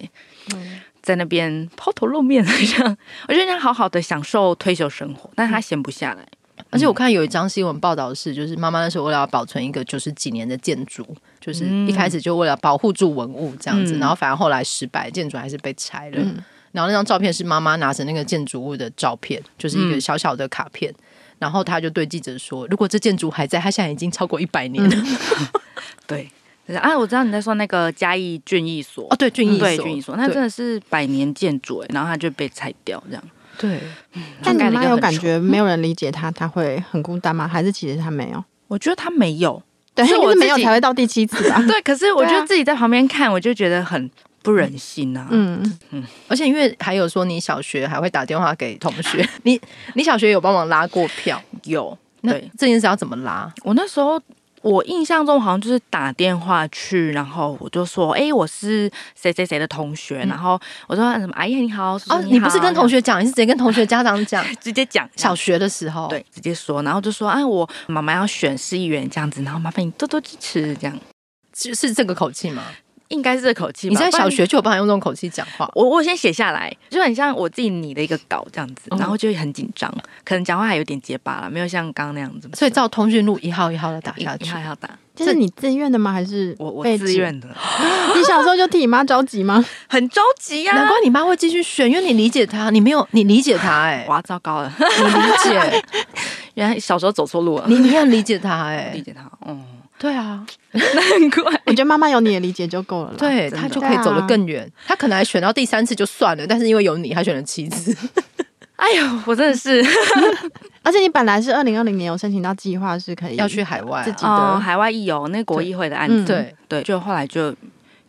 [SPEAKER 4] 在那边抛头露面 这样。我觉得他好好的享受退休生活，但他闲不下来。
[SPEAKER 2] 而且我看有一张新闻报道是，就是妈妈那时候为了要保存一个九十几年的建筑，就是
[SPEAKER 4] 嗯
[SPEAKER 2] 一开始就为了保护住文物这样子，
[SPEAKER 4] 嗯
[SPEAKER 2] 然后反而后来失败，建筑还是被拆了。然后那张照片是妈妈拿着那个建筑物的照片，就是一个
[SPEAKER 4] 嗯
[SPEAKER 2] 小小的卡片。然后他就对记者说：“如果这建筑还在，他现在已经超过一百年了。
[SPEAKER 4] 嗯对，就是啊，我知道你在说那个嘉义郡役所。 嗯
[SPEAKER 2] 哦，对，俊逸
[SPEAKER 4] 对，
[SPEAKER 2] 所
[SPEAKER 4] 郡役所，那真的是百年建筑哎，然后他就被拆掉这样。
[SPEAKER 2] 对，
[SPEAKER 3] 但你
[SPEAKER 4] 盖了一个
[SPEAKER 3] 妈有
[SPEAKER 4] 很
[SPEAKER 3] 感
[SPEAKER 4] 丑
[SPEAKER 3] 觉没有人理解她，她会很孤单吗？还是其实她没有？
[SPEAKER 4] 我觉得他没有，
[SPEAKER 3] 对，
[SPEAKER 4] 是
[SPEAKER 3] 因
[SPEAKER 4] 我
[SPEAKER 3] 为
[SPEAKER 4] 自己。
[SPEAKER 3] 没有才会到第七次吧
[SPEAKER 4] 对，可是我
[SPEAKER 3] 对啊
[SPEAKER 4] 就自己在旁边看，我就觉得很不忍心啊。
[SPEAKER 3] 嗯，
[SPEAKER 2] 而且因为还有说你小学还会打电话给同 学，你你小学有帮忙拉过票，
[SPEAKER 4] 有，
[SPEAKER 2] 那
[SPEAKER 4] 对
[SPEAKER 2] 这件事要怎么拉？
[SPEAKER 4] 我那时候我印象中好像就是打电话去，然后我就说，哎、我是谁谁谁的同学，然后我说什么阿姨你好，叔叔
[SPEAKER 2] 嗯哦，你不是
[SPEAKER 4] 好
[SPEAKER 2] 跟同学讲，你是直接跟同学家长讲。”
[SPEAKER 4] 然后直接讲
[SPEAKER 2] 小。学的时候，
[SPEAKER 4] 对，直接说，然后就说啊，我妈妈要选市议员这样子，然后麻烦你多多支持，这样
[SPEAKER 2] 是是这个口气吗？
[SPEAKER 4] 应该是这口气吧。
[SPEAKER 2] 你在
[SPEAKER 4] 不然
[SPEAKER 2] 小学就有办法用这种口气讲话，
[SPEAKER 4] 我我先写下来，就很像我自己拟的一个稿这样子，
[SPEAKER 2] 嗯
[SPEAKER 4] 然后就很紧张，可能讲话还有点结巴了，没有像刚刚那样子。
[SPEAKER 2] 所以照通讯录一号一号的打
[SPEAKER 4] 一
[SPEAKER 2] 下去
[SPEAKER 4] 一。还要打，
[SPEAKER 3] 这是你自愿的吗？还是
[SPEAKER 4] 我我
[SPEAKER 3] 被
[SPEAKER 4] 自
[SPEAKER 3] 指？
[SPEAKER 4] 愿的，
[SPEAKER 3] 你小时候就替你妈着急 吗？
[SPEAKER 4] 很着急啊呀、
[SPEAKER 2] 难怪你妈会继续选，因为你理解她，你没有你理解她、哎，
[SPEAKER 4] 哇，糟糕了，
[SPEAKER 2] 你理解，
[SPEAKER 4] 原来小时候走错路了。
[SPEAKER 2] 你你很理解她、哎
[SPEAKER 4] 理，解他， 嗯，
[SPEAKER 2] 对啊，
[SPEAKER 4] 难怪。
[SPEAKER 3] 我觉得妈妈有你的理解就够了啦。
[SPEAKER 2] 对
[SPEAKER 4] 真的啊
[SPEAKER 2] 她就可以走得
[SPEAKER 3] 啊
[SPEAKER 2] 更远。她可能还选到第三次就算了，但是因为有你，她选了七 次。
[SPEAKER 4] 哎呦，我真的是
[SPEAKER 3] 而且你本来是二零二零年有申请到计划，是可以
[SPEAKER 2] 要去海外啊
[SPEAKER 3] 自己
[SPEAKER 4] 哦，
[SPEAKER 3] 的。
[SPEAKER 4] 海外义游那个国议会的案子，
[SPEAKER 3] 嗯
[SPEAKER 2] 对，
[SPEAKER 4] 对，就后来就，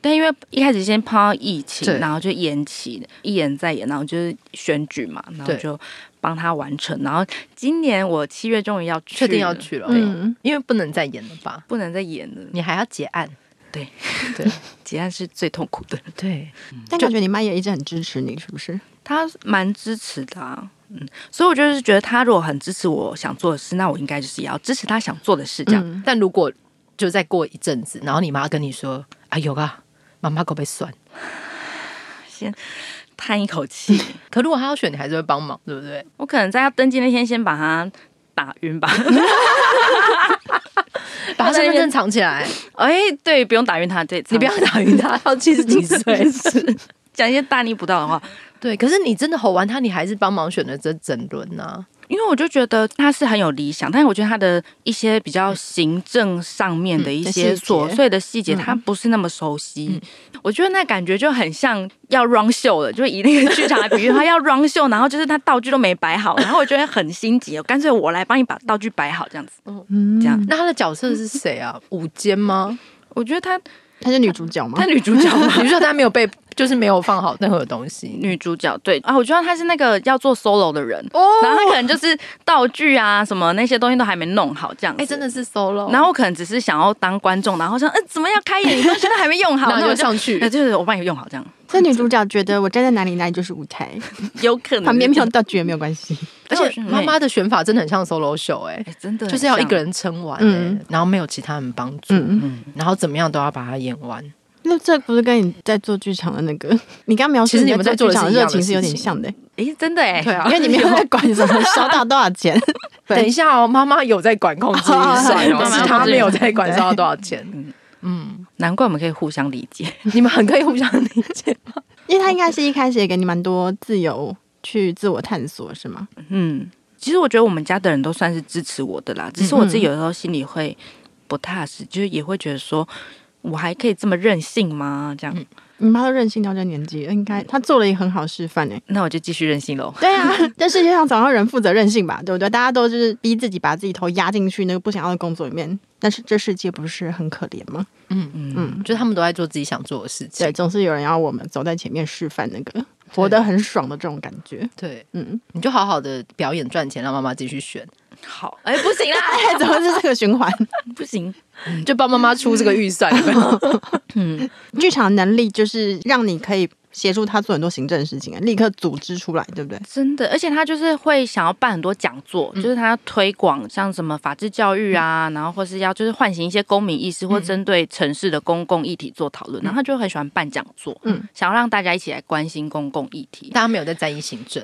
[SPEAKER 4] 但因为一开始先碰到疫情
[SPEAKER 2] 对，
[SPEAKER 4] 然后就延期，一延再延，然后就是选举嘛，然后
[SPEAKER 2] 对
[SPEAKER 4] 就帮他完成。然后今年我七月终于要去
[SPEAKER 2] 确定要
[SPEAKER 4] 了，
[SPEAKER 2] 去了，
[SPEAKER 3] 嗯，
[SPEAKER 2] 因为不能再演了吧？
[SPEAKER 4] 不能再演了，
[SPEAKER 2] 你还要结案，
[SPEAKER 4] 对
[SPEAKER 2] 对
[SPEAKER 4] 结案是最痛苦的。
[SPEAKER 2] 对，
[SPEAKER 3] 但感觉你妈也一直很支持你，是不是？
[SPEAKER 4] 他蛮支持的、啊，嗯，所以我就是觉得他如果很支持我想做的事，那我应该就是也要支持他想做的事，这样。
[SPEAKER 3] 嗯
[SPEAKER 2] 但如果就再过一阵子，然后你妈跟你说：“啊，有啊，妈妈够被算。
[SPEAKER 4] 先叹一 口气，”
[SPEAKER 2] 可如果她要选，你还是会帮忙，对不对？
[SPEAKER 4] 我可能在要登记那天先把他打 晕吧。
[SPEAKER 2] 把她身份证藏起来，
[SPEAKER 4] 哎，对，不用打晕他，对，
[SPEAKER 2] 你不要打晕她，到七十几岁是。
[SPEAKER 4] 讲一些大逆不道的话，
[SPEAKER 2] 对，可是你真的吼完她，你还是帮忙选了这整轮啊呐、
[SPEAKER 4] 因为我就觉得他是很有理想，但是我觉得他的一些比较行政上面的一些
[SPEAKER 3] 嗯
[SPEAKER 4] 琐碎的细嗯节，
[SPEAKER 3] 嗯
[SPEAKER 4] 他不是那么熟悉。我觉得那感觉就很像要 run 秀了，就以那个剧场来比喻，他要 run 秀，然后就是他道具都没摆好，然后我觉得很心急，干脆我来帮你把道具摆好这样子。
[SPEAKER 3] 嗯，
[SPEAKER 4] 这样
[SPEAKER 2] 那她的角色是谁啊？午间吗？
[SPEAKER 4] 我觉得他
[SPEAKER 3] 她是女主角吗
[SPEAKER 4] 他？女主角嘛，
[SPEAKER 2] 你说她没有被，就是没有放好任何东西。
[SPEAKER 4] 女主角对啊，我觉得她是那个要做 solo 的人，
[SPEAKER 2] 哦
[SPEAKER 4] 然后她可能就是道具啊什么那些东西都还没弄好这样子。
[SPEAKER 2] 哎、真的是 solo，
[SPEAKER 4] 然后我可能只是想要当观众，然后说，嗯、怎么要开演？你东西都还没用好，
[SPEAKER 2] 那
[SPEAKER 4] 那
[SPEAKER 2] 就
[SPEAKER 4] 我就
[SPEAKER 2] 上去
[SPEAKER 4] 呃，就是我帮你用好这样，
[SPEAKER 3] 这女主角觉得我站在哪里，哪里就是舞 台，
[SPEAKER 4] 有可能
[SPEAKER 3] 旁边没有，道具也没有关系。
[SPEAKER 2] 而且妈妈的选法真的很像 solo 秀、哎、
[SPEAKER 4] 哎、真的
[SPEAKER 2] 就是要一个
[SPEAKER 4] 人，
[SPEAKER 2] 人撑完、
[SPEAKER 3] 嗯
[SPEAKER 2] 哎然后没有其他人帮助，
[SPEAKER 3] 嗯，
[SPEAKER 2] 然后怎么样都要把它演完。
[SPEAKER 3] 那这不是跟你在做剧场的那个， 你刚描述
[SPEAKER 2] 其实你们
[SPEAKER 3] 在
[SPEAKER 2] 在做的
[SPEAKER 3] 剧场
[SPEAKER 2] 是一样的
[SPEAKER 3] 热情是有
[SPEAKER 2] 事
[SPEAKER 3] 点
[SPEAKER 2] 情
[SPEAKER 3] 像 的，
[SPEAKER 4] 哎、真的哎、
[SPEAKER 2] 对啊
[SPEAKER 3] 因为你没有在管什么收到多少 钱，对
[SPEAKER 2] 等一下哦，妈妈有在管控制预算哦，
[SPEAKER 4] 哦
[SPEAKER 2] 但是她没有在管收到多少钱。
[SPEAKER 4] 难怪我们可以互相理解，
[SPEAKER 2] 你们很可以互相理解。
[SPEAKER 3] 因为他应该是一开始也给你蛮多自由去自我探索，是吗？
[SPEAKER 4] 嗯，其实我觉得我们家的人都算嗯是支持我的啦，只是我自己有时候心里会不踏实，就是也会觉得说。我还可以这么任性吗？这样，
[SPEAKER 2] 嗯
[SPEAKER 3] 你妈都任性到这年纪，应该她做了一个很好示范哎、
[SPEAKER 4] 那我就继续任性喽。
[SPEAKER 3] 嗯 对啊，这世界上总要有人负责任性吧，对不对？大家都就是逼自己把自己头压进去那个不想要的工作里面，但是这世界不是很可怜吗？
[SPEAKER 4] 嗯，
[SPEAKER 2] 就是他们都在做自己想做的事情
[SPEAKER 3] 对，。总是有人要我们走在前面示范那个活得很爽的这种感觉。
[SPEAKER 2] 对，
[SPEAKER 3] 嗯，
[SPEAKER 2] 你就好好的表演赚钱，让妈妈自己去选，
[SPEAKER 4] 好， 哎、不行啦，
[SPEAKER 3] 哎，怎么是这个循环？
[SPEAKER 4] 不行，
[SPEAKER 2] 就帮妈妈出这个预算。
[SPEAKER 4] 嗯，
[SPEAKER 3] 剧场能力就是让你可以协助他做很多行政事情，啊立刻组织出来，对不对？
[SPEAKER 4] 真的，而且他就是会想要办很多讲座，
[SPEAKER 3] 嗯
[SPEAKER 4] 就是他要推广像什么法治教育啊，然后或是要就是唤醒一些公民意识，或
[SPEAKER 3] 嗯
[SPEAKER 4] 针对城市的公共议题做讨论，然后他就很喜欢办讲座，
[SPEAKER 3] 嗯
[SPEAKER 4] 嗯，想要让大家一起来关心公共议题。
[SPEAKER 2] 大家没有在在意行政，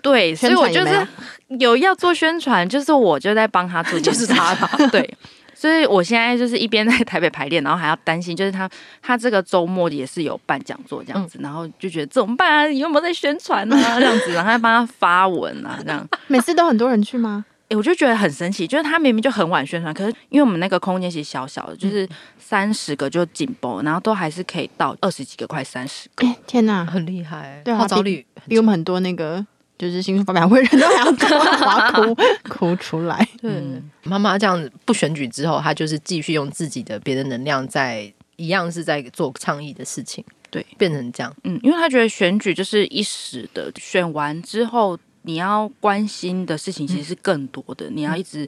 [SPEAKER 4] 对，所以
[SPEAKER 3] 宣
[SPEAKER 4] 我
[SPEAKER 3] 传也
[SPEAKER 4] 就
[SPEAKER 3] 没有
[SPEAKER 4] 是 有要做宣传，就是我就在帮 他做，就是他吧，对。所以我现在就是一边在 台北排练，然后还要担心，就是他他这个周末也是有办讲座这
[SPEAKER 3] 嗯
[SPEAKER 4] 样子，然后就觉得怎么办啊？你有没有在宣传啊？这样子，然后还帮他发文啊，这样。
[SPEAKER 3] 每次都很多人去吗？
[SPEAKER 4] 欸我就觉得很神奇，就是他明明就很晚宣传，可是因为我们那个空间其实小小的，就是三十个就紧绷，然后都还是可以到二十几个，快三十个。
[SPEAKER 3] 哎，天哪，
[SPEAKER 2] 很厉害，
[SPEAKER 3] 对啊
[SPEAKER 2] 号召力
[SPEAKER 3] 比我们很多那个就是新书发表会人都还要 多，我要哭哭出来。
[SPEAKER 2] 对，嗯妈妈这样子不选举之后，她就是继续用自己的别的能量在，一样是在做倡议的事情，
[SPEAKER 4] 对，
[SPEAKER 2] 变成这样，
[SPEAKER 4] 嗯，因为他觉得选举就是一时的，选完之后你要关心的事情其实是更多的，你要一直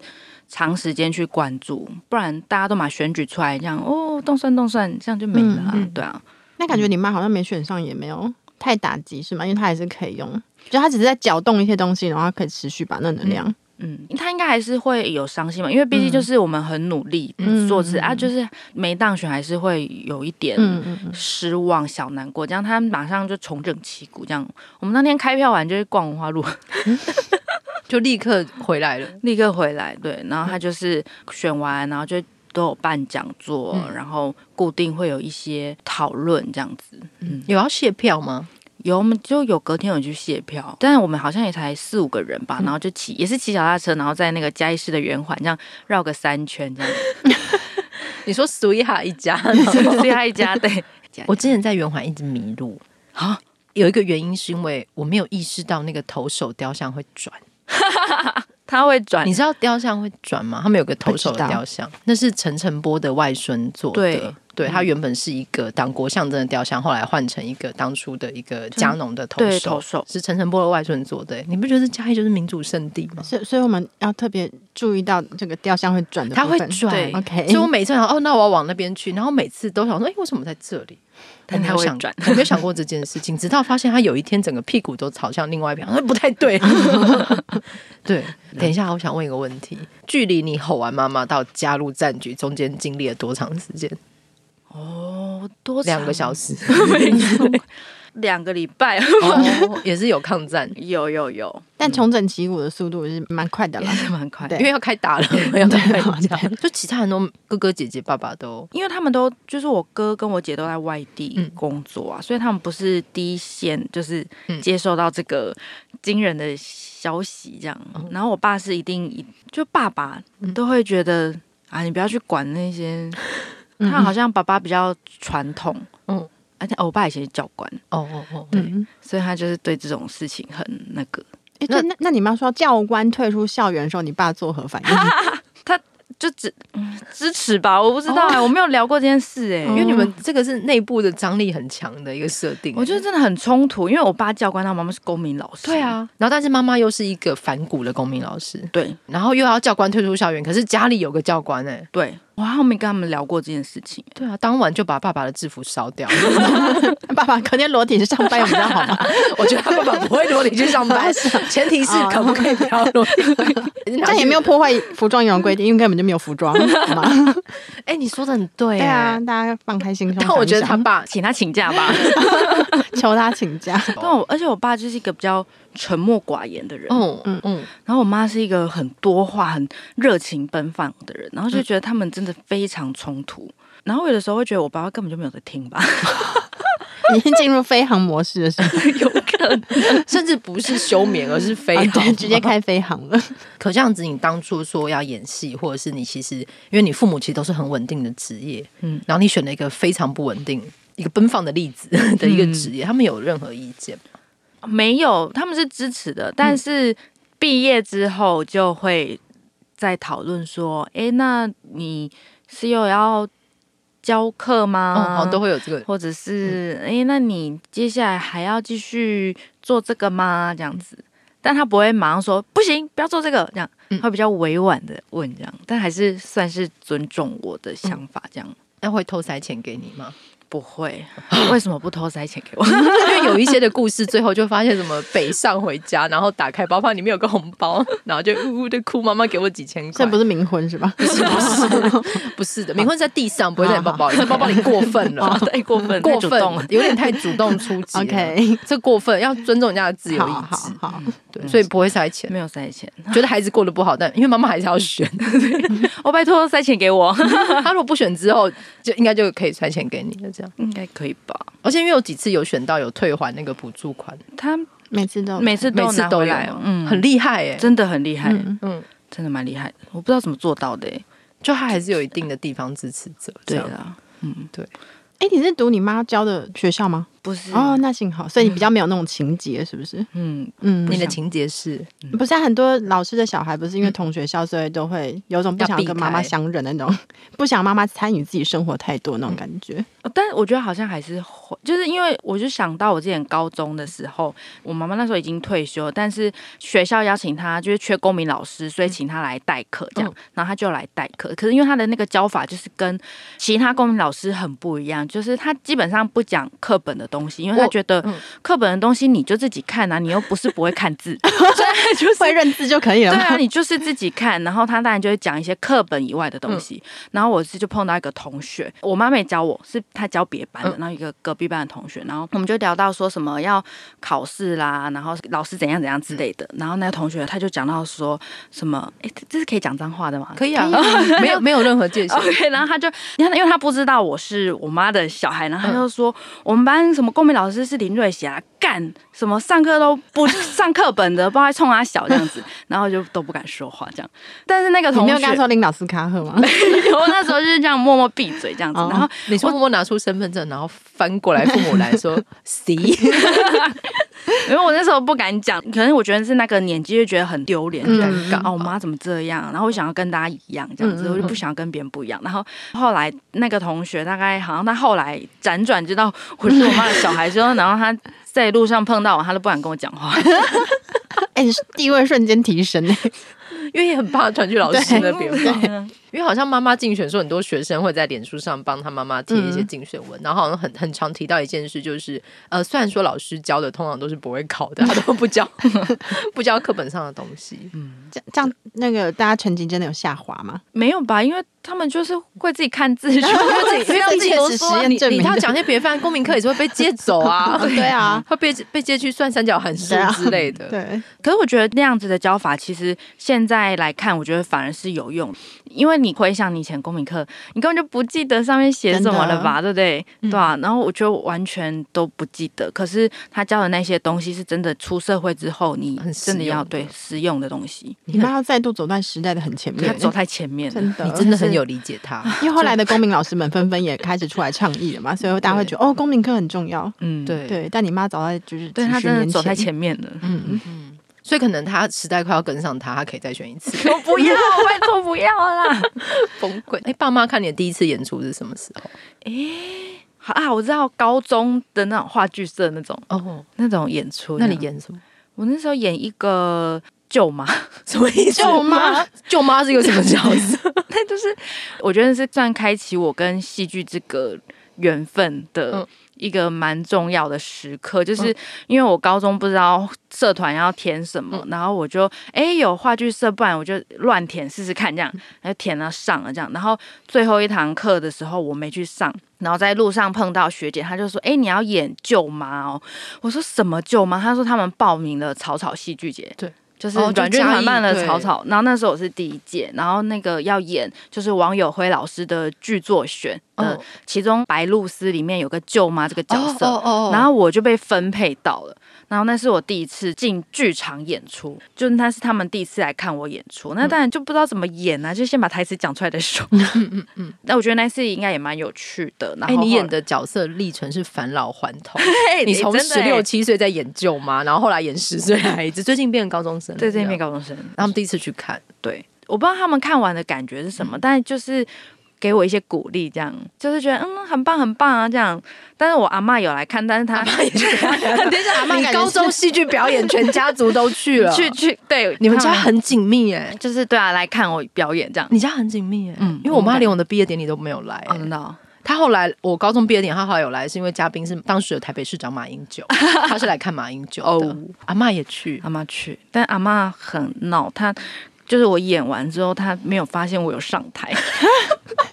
[SPEAKER 4] 长时间去关注，不然大家都把选举出来这样哦动算动算，这样就没了、啊，
[SPEAKER 2] 嗯嗯
[SPEAKER 4] 对啊。
[SPEAKER 3] 那感觉你妈好像没选上，也没有太打击是吗？因为她还是可以用，就她只是在搅动一些东西，然后她可以持续把那能量。
[SPEAKER 4] 嗯，他应该还是会有伤心嘛，因为毕竟就是我们很努力
[SPEAKER 3] 嗯
[SPEAKER 4] 做事、啊，就是没当选还是会有一点
[SPEAKER 3] 嗯嗯嗯，
[SPEAKER 4] 失望、小难过，这样他马上就重整旗鼓。这样，我们那天开票完就去逛文化路，
[SPEAKER 2] 就立刻回来了。
[SPEAKER 4] 立刻回来。对，然后他就是选完，然后就都有办讲座，
[SPEAKER 2] 嗯
[SPEAKER 4] 然后固定会有一些讨论这样子。
[SPEAKER 2] 有要卸票吗？
[SPEAKER 4] 有，我们就有隔天有去卸票，但是我们好像也才四五个人
[SPEAKER 2] 嗯
[SPEAKER 4] 吧，然后就骑也是骑脚踏车，然后在那个嘉义市的圆环这样绕个三圈 这样，
[SPEAKER 2] 你说 s w e e a 一 家，
[SPEAKER 4] 所以他一 家对。
[SPEAKER 2] 我之前在圆环一直迷路
[SPEAKER 4] 啊，
[SPEAKER 2] 有一个原因是因为我没有意识到那个投手雕像会转。
[SPEAKER 4] 他会转
[SPEAKER 2] 你知道雕像会转吗？他们有个投手
[SPEAKER 3] 不知
[SPEAKER 2] 的
[SPEAKER 3] 道
[SPEAKER 2] 雕像，那是陈诚波的外孙做的。
[SPEAKER 4] 对嗯
[SPEAKER 2] 他原本是一个党国象征的雕像，后来换成一个当初的一个加农的投
[SPEAKER 4] 对
[SPEAKER 2] 手，
[SPEAKER 4] 投手
[SPEAKER 2] 是陈诚波的外孙做的。欸你不觉得嘉义就是民主圣地吗？
[SPEAKER 3] 所以所以我们要特别注意到这个雕像会转的
[SPEAKER 2] 他
[SPEAKER 3] 部
[SPEAKER 2] 会
[SPEAKER 3] 分，
[SPEAKER 2] 转，
[SPEAKER 4] 对
[SPEAKER 3] ，OK，
[SPEAKER 2] 所以我每次想，哦，那我要往那边去，然后每次都想说，哎、为什么在这里？
[SPEAKER 4] 但
[SPEAKER 2] 我没有
[SPEAKER 4] 它会
[SPEAKER 2] 想
[SPEAKER 4] 转
[SPEAKER 2] 我没有想过这件事情，直到发现他有一天整个屁股都朝向另外一边，我说哎不太 对。对，等一下，我想问一个问题：距离你吼完妈妈到加入战局中间经历了多长时间？
[SPEAKER 4] 哦，多
[SPEAKER 2] 两个小
[SPEAKER 4] 长
[SPEAKER 2] 时，
[SPEAKER 4] 两个礼拜，
[SPEAKER 2] 哦、也是有抗战，
[SPEAKER 4] 有 有有，
[SPEAKER 3] 但重整旗鼓的速度也是蛮快 的啦。
[SPEAKER 4] 是蛮快。
[SPEAKER 3] 对
[SPEAKER 2] 因为要开打了，没有开打。就其他人都哥哥姐姐爸爸都
[SPEAKER 4] 因为他们都就是我哥跟我姐都在外地
[SPEAKER 2] 嗯
[SPEAKER 4] 工作啊，所以他们不是第一线，就是
[SPEAKER 2] 嗯
[SPEAKER 4] 接受到这个惊人的消息这样。然后我爸是一定，就爸爸都会觉得、啊，你不要去管那 些，
[SPEAKER 3] 嗯
[SPEAKER 4] 他好像爸爸比较传统，
[SPEAKER 2] 嗯
[SPEAKER 4] 嗯，而且我爸以前是教官，
[SPEAKER 2] 哦哦哦，对，
[SPEAKER 3] 嗯，
[SPEAKER 4] 所以他就是对这种事情很那个。
[SPEAKER 3] 哎，对，那那你妈说教官退出校园的时候，你爸作何反应？
[SPEAKER 4] 就支、嗯支持吧，我不知道哎、我没有聊过这件事哎、
[SPEAKER 2] 因为你们这个是内部的张力很强的一个设定、欸
[SPEAKER 4] 我觉得真的很冲突，因为我爸教官，他妈妈是公民老师，
[SPEAKER 2] 对，啊，然后但是妈妈又是一个反骨的公民老师，
[SPEAKER 4] 对
[SPEAKER 2] 然后又要教官退出校园，可是家里有个教官哎、
[SPEAKER 4] 对，我好像没跟他们聊过这件事情，
[SPEAKER 2] 对啊，当晚就把爸爸的制服烧 掉。
[SPEAKER 3] 爸爸隔天裸体上班比较好吗？
[SPEAKER 2] 我觉得他爸爸不会裸体去上班，前 提是可不可以不要裸 体。
[SPEAKER 3] 这样也没有破坏服装仪容规定，因为根本就没有服装，好吗？
[SPEAKER 2] 哎、你说的很对、
[SPEAKER 3] 对啊，，大家放开心胸想一想。
[SPEAKER 2] 但我觉得他爸
[SPEAKER 4] 请他请假吧。
[SPEAKER 3] 求他请假，
[SPEAKER 4] 但我而且我爸就是一个比较沉默寡言的人，
[SPEAKER 2] 嗯嗯嗯，
[SPEAKER 4] 然后我妈是一个很多话、很热情奔放的人，然后就觉得他们真的非常冲突。然后有的时候会觉得我爸爸根本就没有在听吧，
[SPEAKER 3] 你已经进入飞行模式了，是吗？
[SPEAKER 4] 有可
[SPEAKER 2] 甚至不是休眠，而是飞
[SPEAKER 3] 啊
[SPEAKER 2] 好、
[SPEAKER 3] 对，直接开飞航了。
[SPEAKER 2] 可这样子，你当初说要演戏，或者是你其实因为你父母其实都是很稳定的职业，嗯
[SPEAKER 4] 嗯，
[SPEAKER 2] 然后你选了一个非常不稳定、一个奔放的例子的一个职业，他们有任何意见吗？
[SPEAKER 4] 没有，他们是支持的，但是毕业之后就会在讨论说，诶，那你是又要教课吗？
[SPEAKER 2] 嗯，好像都会有这个。
[SPEAKER 4] 或者是
[SPEAKER 2] 嗯
[SPEAKER 4] 诶，那你接下来还要继续做这个吗？这样子，但他不会马上说不行，不要做这个，这样
[SPEAKER 2] 嗯
[SPEAKER 4] 会比较委婉的问这样，但还是算是尊重我的
[SPEAKER 2] 嗯
[SPEAKER 4] 想法，这样、
[SPEAKER 2] 那会偷塞钱给你吗？
[SPEAKER 4] 不会。为什么不偷塞钱给我？
[SPEAKER 2] 因为有一些的故事，最后就发现什么北上回家，然后打开包包里面有个红包， 然后就呜呜的哭，妈妈给我几千块
[SPEAKER 3] 这。不是冥婚是吧？
[SPEAKER 2] 不是的，冥婚在地上，不会在你包包里，在包包里过分 了，
[SPEAKER 4] 太过分，
[SPEAKER 2] 过
[SPEAKER 4] 太啊主动了
[SPEAKER 2] 分，有点太主动出击了。
[SPEAKER 3] OK
[SPEAKER 2] 这过分，要尊重人家的自由
[SPEAKER 3] 好
[SPEAKER 2] 意
[SPEAKER 3] 好
[SPEAKER 2] 志，
[SPEAKER 3] 好，
[SPEAKER 4] 嗯
[SPEAKER 2] 对，所以不会塞钱。
[SPEAKER 4] 没有塞钱。
[SPEAKER 2] 觉得孩子过得不好，但因为妈妈还是要 选，
[SPEAKER 4] 哦，拜托塞钱给我，
[SPEAKER 2] 他如果不选之后，就应该就可以塞钱给你了这样。
[SPEAKER 4] 应该可以吧？
[SPEAKER 2] 而且因为有几次有选到有退还那个补助款，
[SPEAKER 4] 他
[SPEAKER 3] 每次都
[SPEAKER 4] 每次
[SPEAKER 2] 哦每
[SPEAKER 4] 都
[SPEAKER 2] 次
[SPEAKER 4] 拿
[SPEAKER 2] 都
[SPEAKER 4] 回
[SPEAKER 2] 有啊
[SPEAKER 4] 来哦，，嗯，
[SPEAKER 2] 很厉害哎、
[SPEAKER 4] 真的很厉害，
[SPEAKER 3] 嗯
[SPEAKER 2] 嗯，
[SPEAKER 4] 真的蛮厉害的。我不知道怎么做到的欸。
[SPEAKER 2] 就他还是有一定的地方支持者，这
[SPEAKER 4] 对啊
[SPEAKER 2] 样
[SPEAKER 4] 了，
[SPEAKER 3] 哎，你是读你妈教的学校吗？
[SPEAKER 4] 不是
[SPEAKER 3] 哦，那幸好，所以你比较没有那种情节，是不是？
[SPEAKER 4] 嗯，
[SPEAKER 3] 嗯，
[SPEAKER 2] 你的情节是
[SPEAKER 3] 不是啊很多老师的小孩，不是因为同学校，所以都会有种不
[SPEAKER 2] 要
[SPEAKER 3] 想
[SPEAKER 2] 避
[SPEAKER 3] 跟妈妈
[SPEAKER 2] 开
[SPEAKER 3] 相认的那种，不想妈妈参与自己生活太多那种感觉。
[SPEAKER 4] 哦但我觉得好像还是会，就是因为我就想到我之前高中的时候，我妈妈那时候已经退休，但是学校邀请她，就是缺公民老师，
[SPEAKER 2] 嗯
[SPEAKER 4] 所以请她来代课
[SPEAKER 2] 哦
[SPEAKER 4] 这样，然后她就来代课。可是因为她的那个教法就是跟其他公民老师很不一样，就是她基本上不讲课本的东西，因为她
[SPEAKER 2] 我
[SPEAKER 4] 觉得
[SPEAKER 2] 嗯
[SPEAKER 4] 课本的东西你就自己看啊，你又不是不会看字，所以她就是
[SPEAKER 3] 会认字就可以了
[SPEAKER 4] 对
[SPEAKER 3] 吗。
[SPEAKER 4] 啊，你就是自己看，然后他当然就会讲一些课本以外的东
[SPEAKER 2] 嗯
[SPEAKER 4] 西。然后我是就碰到一个同学，我妈没教我，是她教别班的，
[SPEAKER 2] 嗯
[SPEAKER 4] 然后一个隔壁班的同学，然后我们就聊到说什么要考试啦，然后老师怎样怎样之类的。然后那个同学他就讲到说什么，哎，这这是可以讲脏话的吗？
[SPEAKER 2] 可以啊，没有没有任何界 限。
[SPEAKER 4] OK，然后哦他就，因为因为他不知道我是我妈的小孩，然后他
[SPEAKER 3] 嗯
[SPEAKER 4] 就说、我们班什么公民老师是林瑞霞，干什么上课都不 上课本的，不知道在冲他小这样子，然后就都不敢说话这样。但是那个
[SPEAKER 3] 你
[SPEAKER 4] 同
[SPEAKER 3] 没
[SPEAKER 4] 学
[SPEAKER 3] 有，跟他说林老师卡赫吗？
[SPEAKER 4] 我那时候就是这样默默闭嘴这样子，
[SPEAKER 3] 哦
[SPEAKER 4] 然后
[SPEAKER 2] 你说默默拿出身份证，然后翻过来父母来 说 “see”，
[SPEAKER 4] 因为我那时候不敢讲，可能我觉得是那个年纪就觉得很丢脸，
[SPEAKER 3] 嗯
[SPEAKER 4] 就觉得
[SPEAKER 2] 尴尬
[SPEAKER 4] 哦，我妈怎么这样？然后我想要跟大家一样，这样
[SPEAKER 3] 嗯
[SPEAKER 4] 子，
[SPEAKER 3] 嗯嗯
[SPEAKER 4] 我就不想跟别人不一样。然后后来那个同学大概好像他后来辗转知道我是我妈的小孩之后，然后他在路上碰到我，他都不敢跟我讲话。
[SPEAKER 3] 哎，你地位瞬间提升哎。
[SPEAKER 2] 因为也很怕传去老师那边吧。
[SPEAKER 4] 嗯
[SPEAKER 2] 因为好像妈妈竞选说，很多学生会在脸书上帮他妈妈贴一些竞选文，然后好像很很常提到一件事，就是呃，虽然说老师教的通常都是不会考的，他都不教不教课本上的东西，
[SPEAKER 3] 这这样那个大家成绩真的有下滑吗？
[SPEAKER 4] 没有吧？因为他们就是会自己 看字，就
[SPEAKER 2] 因为自己因为自己
[SPEAKER 3] 这
[SPEAKER 2] 都
[SPEAKER 3] 确实
[SPEAKER 2] 说
[SPEAKER 3] 实
[SPEAKER 2] 你
[SPEAKER 3] 验证
[SPEAKER 2] 你
[SPEAKER 3] 明，
[SPEAKER 2] 他讲一些别范公民课也是会被接走啊
[SPEAKER 3] 对啊，
[SPEAKER 2] 会被被接去算三角函数
[SPEAKER 3] 对啊
[SPEAKER 2] 之类的。
[SPEAKER 3] 对，
[SPEAKER 4] 可是我觉得那样子的教法，其实现在来看，我觉得反而是有用，因为你回想你以前公民课，你根本就不记得上面写什么了啊吧，对不对？对啊，然后我就完全都不记得。可是他教的那些东西，是真的出社会之后，你
[SPEAKER 2] 很实
[SPEAKER 4] 真的要
[SPEAKER 2] 用的
[SPEAKER 4] 对实用的东西，
[SPEAKER 3] 你妈要再度走在时代的很前
[SPEAKER 4] 他
[SPEAKER 3] 面，
[SPEAKER 4] 走太前面了
[SPEAKER 3] 真。的，
[SPEAKER 2] 你嗯真的很有理解他，
[SPEAKER 3] 因为后来的公民老师们纷纷也开始出来倡议了嘛，所以大家会觉得哦，公民课很重要。
[SPEAKER 4] 嗯，
[SPEAKER 2] 对。
[SPEAKER 4] 对，
[SPEAKER 3] 对，但你妈早在就是
[SPEAKER 4] 对
[SPEAKER 3] 几
[SPEAKER 4] 他
[SPEAKER 3] 十
[SPEAKER 4] 真的
[SPEAKER 3] 年
[SPEAKER 4] 走在
[SPEAKER 3] 前
[SPEAKER 4] 前面了。
[SPEAKER 3] 嗯，
[SPEAKER 2] 所以可能他时代快要跟上他，他可以再选一次，
[SPEAKER 4] 我不要，拜托不要啦！
[SPEAKER 2] 崩溃。哎，爸妈看你的第一次演出是什么时候？
[SPEAKER 4] 好 啊，我知道高中的那种话剧社那种
[SPEAKER 2] 哦，
[SPEAKER 4] 那种演出，
[SPEAKER 2] 那你演什么？
[SPEAKER 4] 我那时候演一个舅妈，
[SPEAKER 2] 什么意思？
[SPEAKER 3] 舅妈，
[SPEAKER 2] 舅妈是一个什么角色？
[SPEAKER 4] 那就是我觉得是算开启我跟戏剧这个缘分
[SPEAKER 2] 嗯
[SPEAKER 4] 的一个蛮重要的时刻，就是因为我高中不知道社团要填什么，
[SPEAKER 2] 嗯
[SPEAKER 4] 然后我就哎、诶有话剧社，不然我就乱填试试看这样，
[SPEAKER 2] 嗯
[SPEAKER 4] 然后填了上了这样，然后最后一堂课的时候我没去上。然后在路上碰到学姐，她就说：“哎、你要演舅妈哦？”我说：“什么舅妈？”她说：“他们报名了草草戏剧节。”
[SPEAKER 2] 对，
[SPEAKER 4] 就是
[SPEAKER 2] 哦就
[SPEAKER 4] 软剧团办
[SPEAKER 2] 嘉
[SPEAKER 4] 了
[SPEAKER 2] 义
[SPEAKER 4] 草草。然后那时候我是第一届，然后那个要演就是王友辉老师的剧作选，的
[SPEAKER 2] 哦
[SPEAKER 4] 其中白露丝里面有个舅妈这个角色，
[SPEAKER 2] 哦哦
[SPEAKER 4] 然后我就被分配到了。然后那是我第一次进剧场演出，就那是他们第一次来看我演出。
[SPEAKER 2] 嗯
[SPEAKER 4] 那当然就不知道怎么演啊，就先把台词讲出来再说。嗯嗯嗯。 那我觉得那次应该也蛮有趣的。然
[SPEAKER 2] 哎、
[SPEAKER 4] 后
[SPEAKER 2] 你演
[SPEAKER 4] 后来
[SPEAKER 2] 的角色历程是返老还 童，
[SPEAKER 4] 嘿
[SPEAKER 2] 你从
[SPEAKER 4] 真的
[SPEAKER 2] 十
[SPEAKER 4] 欸
[SPEAKER 2] 六七岁在演舅妈，然后后来演十岁的孩哎 子，最近变成高中生了，
[SPEAKER 4] 对对面
[SPEAKER 2] 高，
[SPEAKER 4] 高中生，
[SPEAKER 2] 他们第一次去看，
[SPEAKER 4] 对，我不知道他们看完的感觉是什
[SPEAKER 2] 嗯
[SPEAKER 4] 么，但就是给我一些鼓励，这样就是觉得嗯很棒很棒啊这样。但是我阿嬷有来看，但是她
[SPEAKER 3] 等一下，阿妈
[SPEAKER 2] 你
[SPEAKER 3] 感觉
[SPEAKER 2] 高
[SPEAKER 3] 是
[SPEAKER 2] 中戏剧表演，全家族都 去了，
[SPEAKER 4] 去去对
[SPEAKER 2] 你们家
[SPEAKER 4] 他
[SPEAKER 2] 很紧密哎、
[SPEAKER 4] 就是对啊来看我表演这样。
[SPEAKER 2] 你家很紧密哎、
[SPEAKER 4] 嗯
[SPEAKER 2] 因为我
[SPEAKER 4] 我
[SPEAKER 2] 妈
[SPEAKER 4] 们
[SPEAKER 2] 连我的毕业典礼都没有来、
[SPEAKER 4] 哦，
[SPEAKER 2] 欸
[SPEAKER 4] 真的哦
[SPEAKER 2] 她后来我高中毕业典礼，她后来有来，是因为嘉宾是当时的台北市长马英九，她是来看马英九的，
[SPEAKER 4] 哦
[SPEAKER 2] 阿妈也去，
[SPEAKER 4] 阿妈去，但阿嬷很闹，她就是我演完之后，她没有发现我有上台，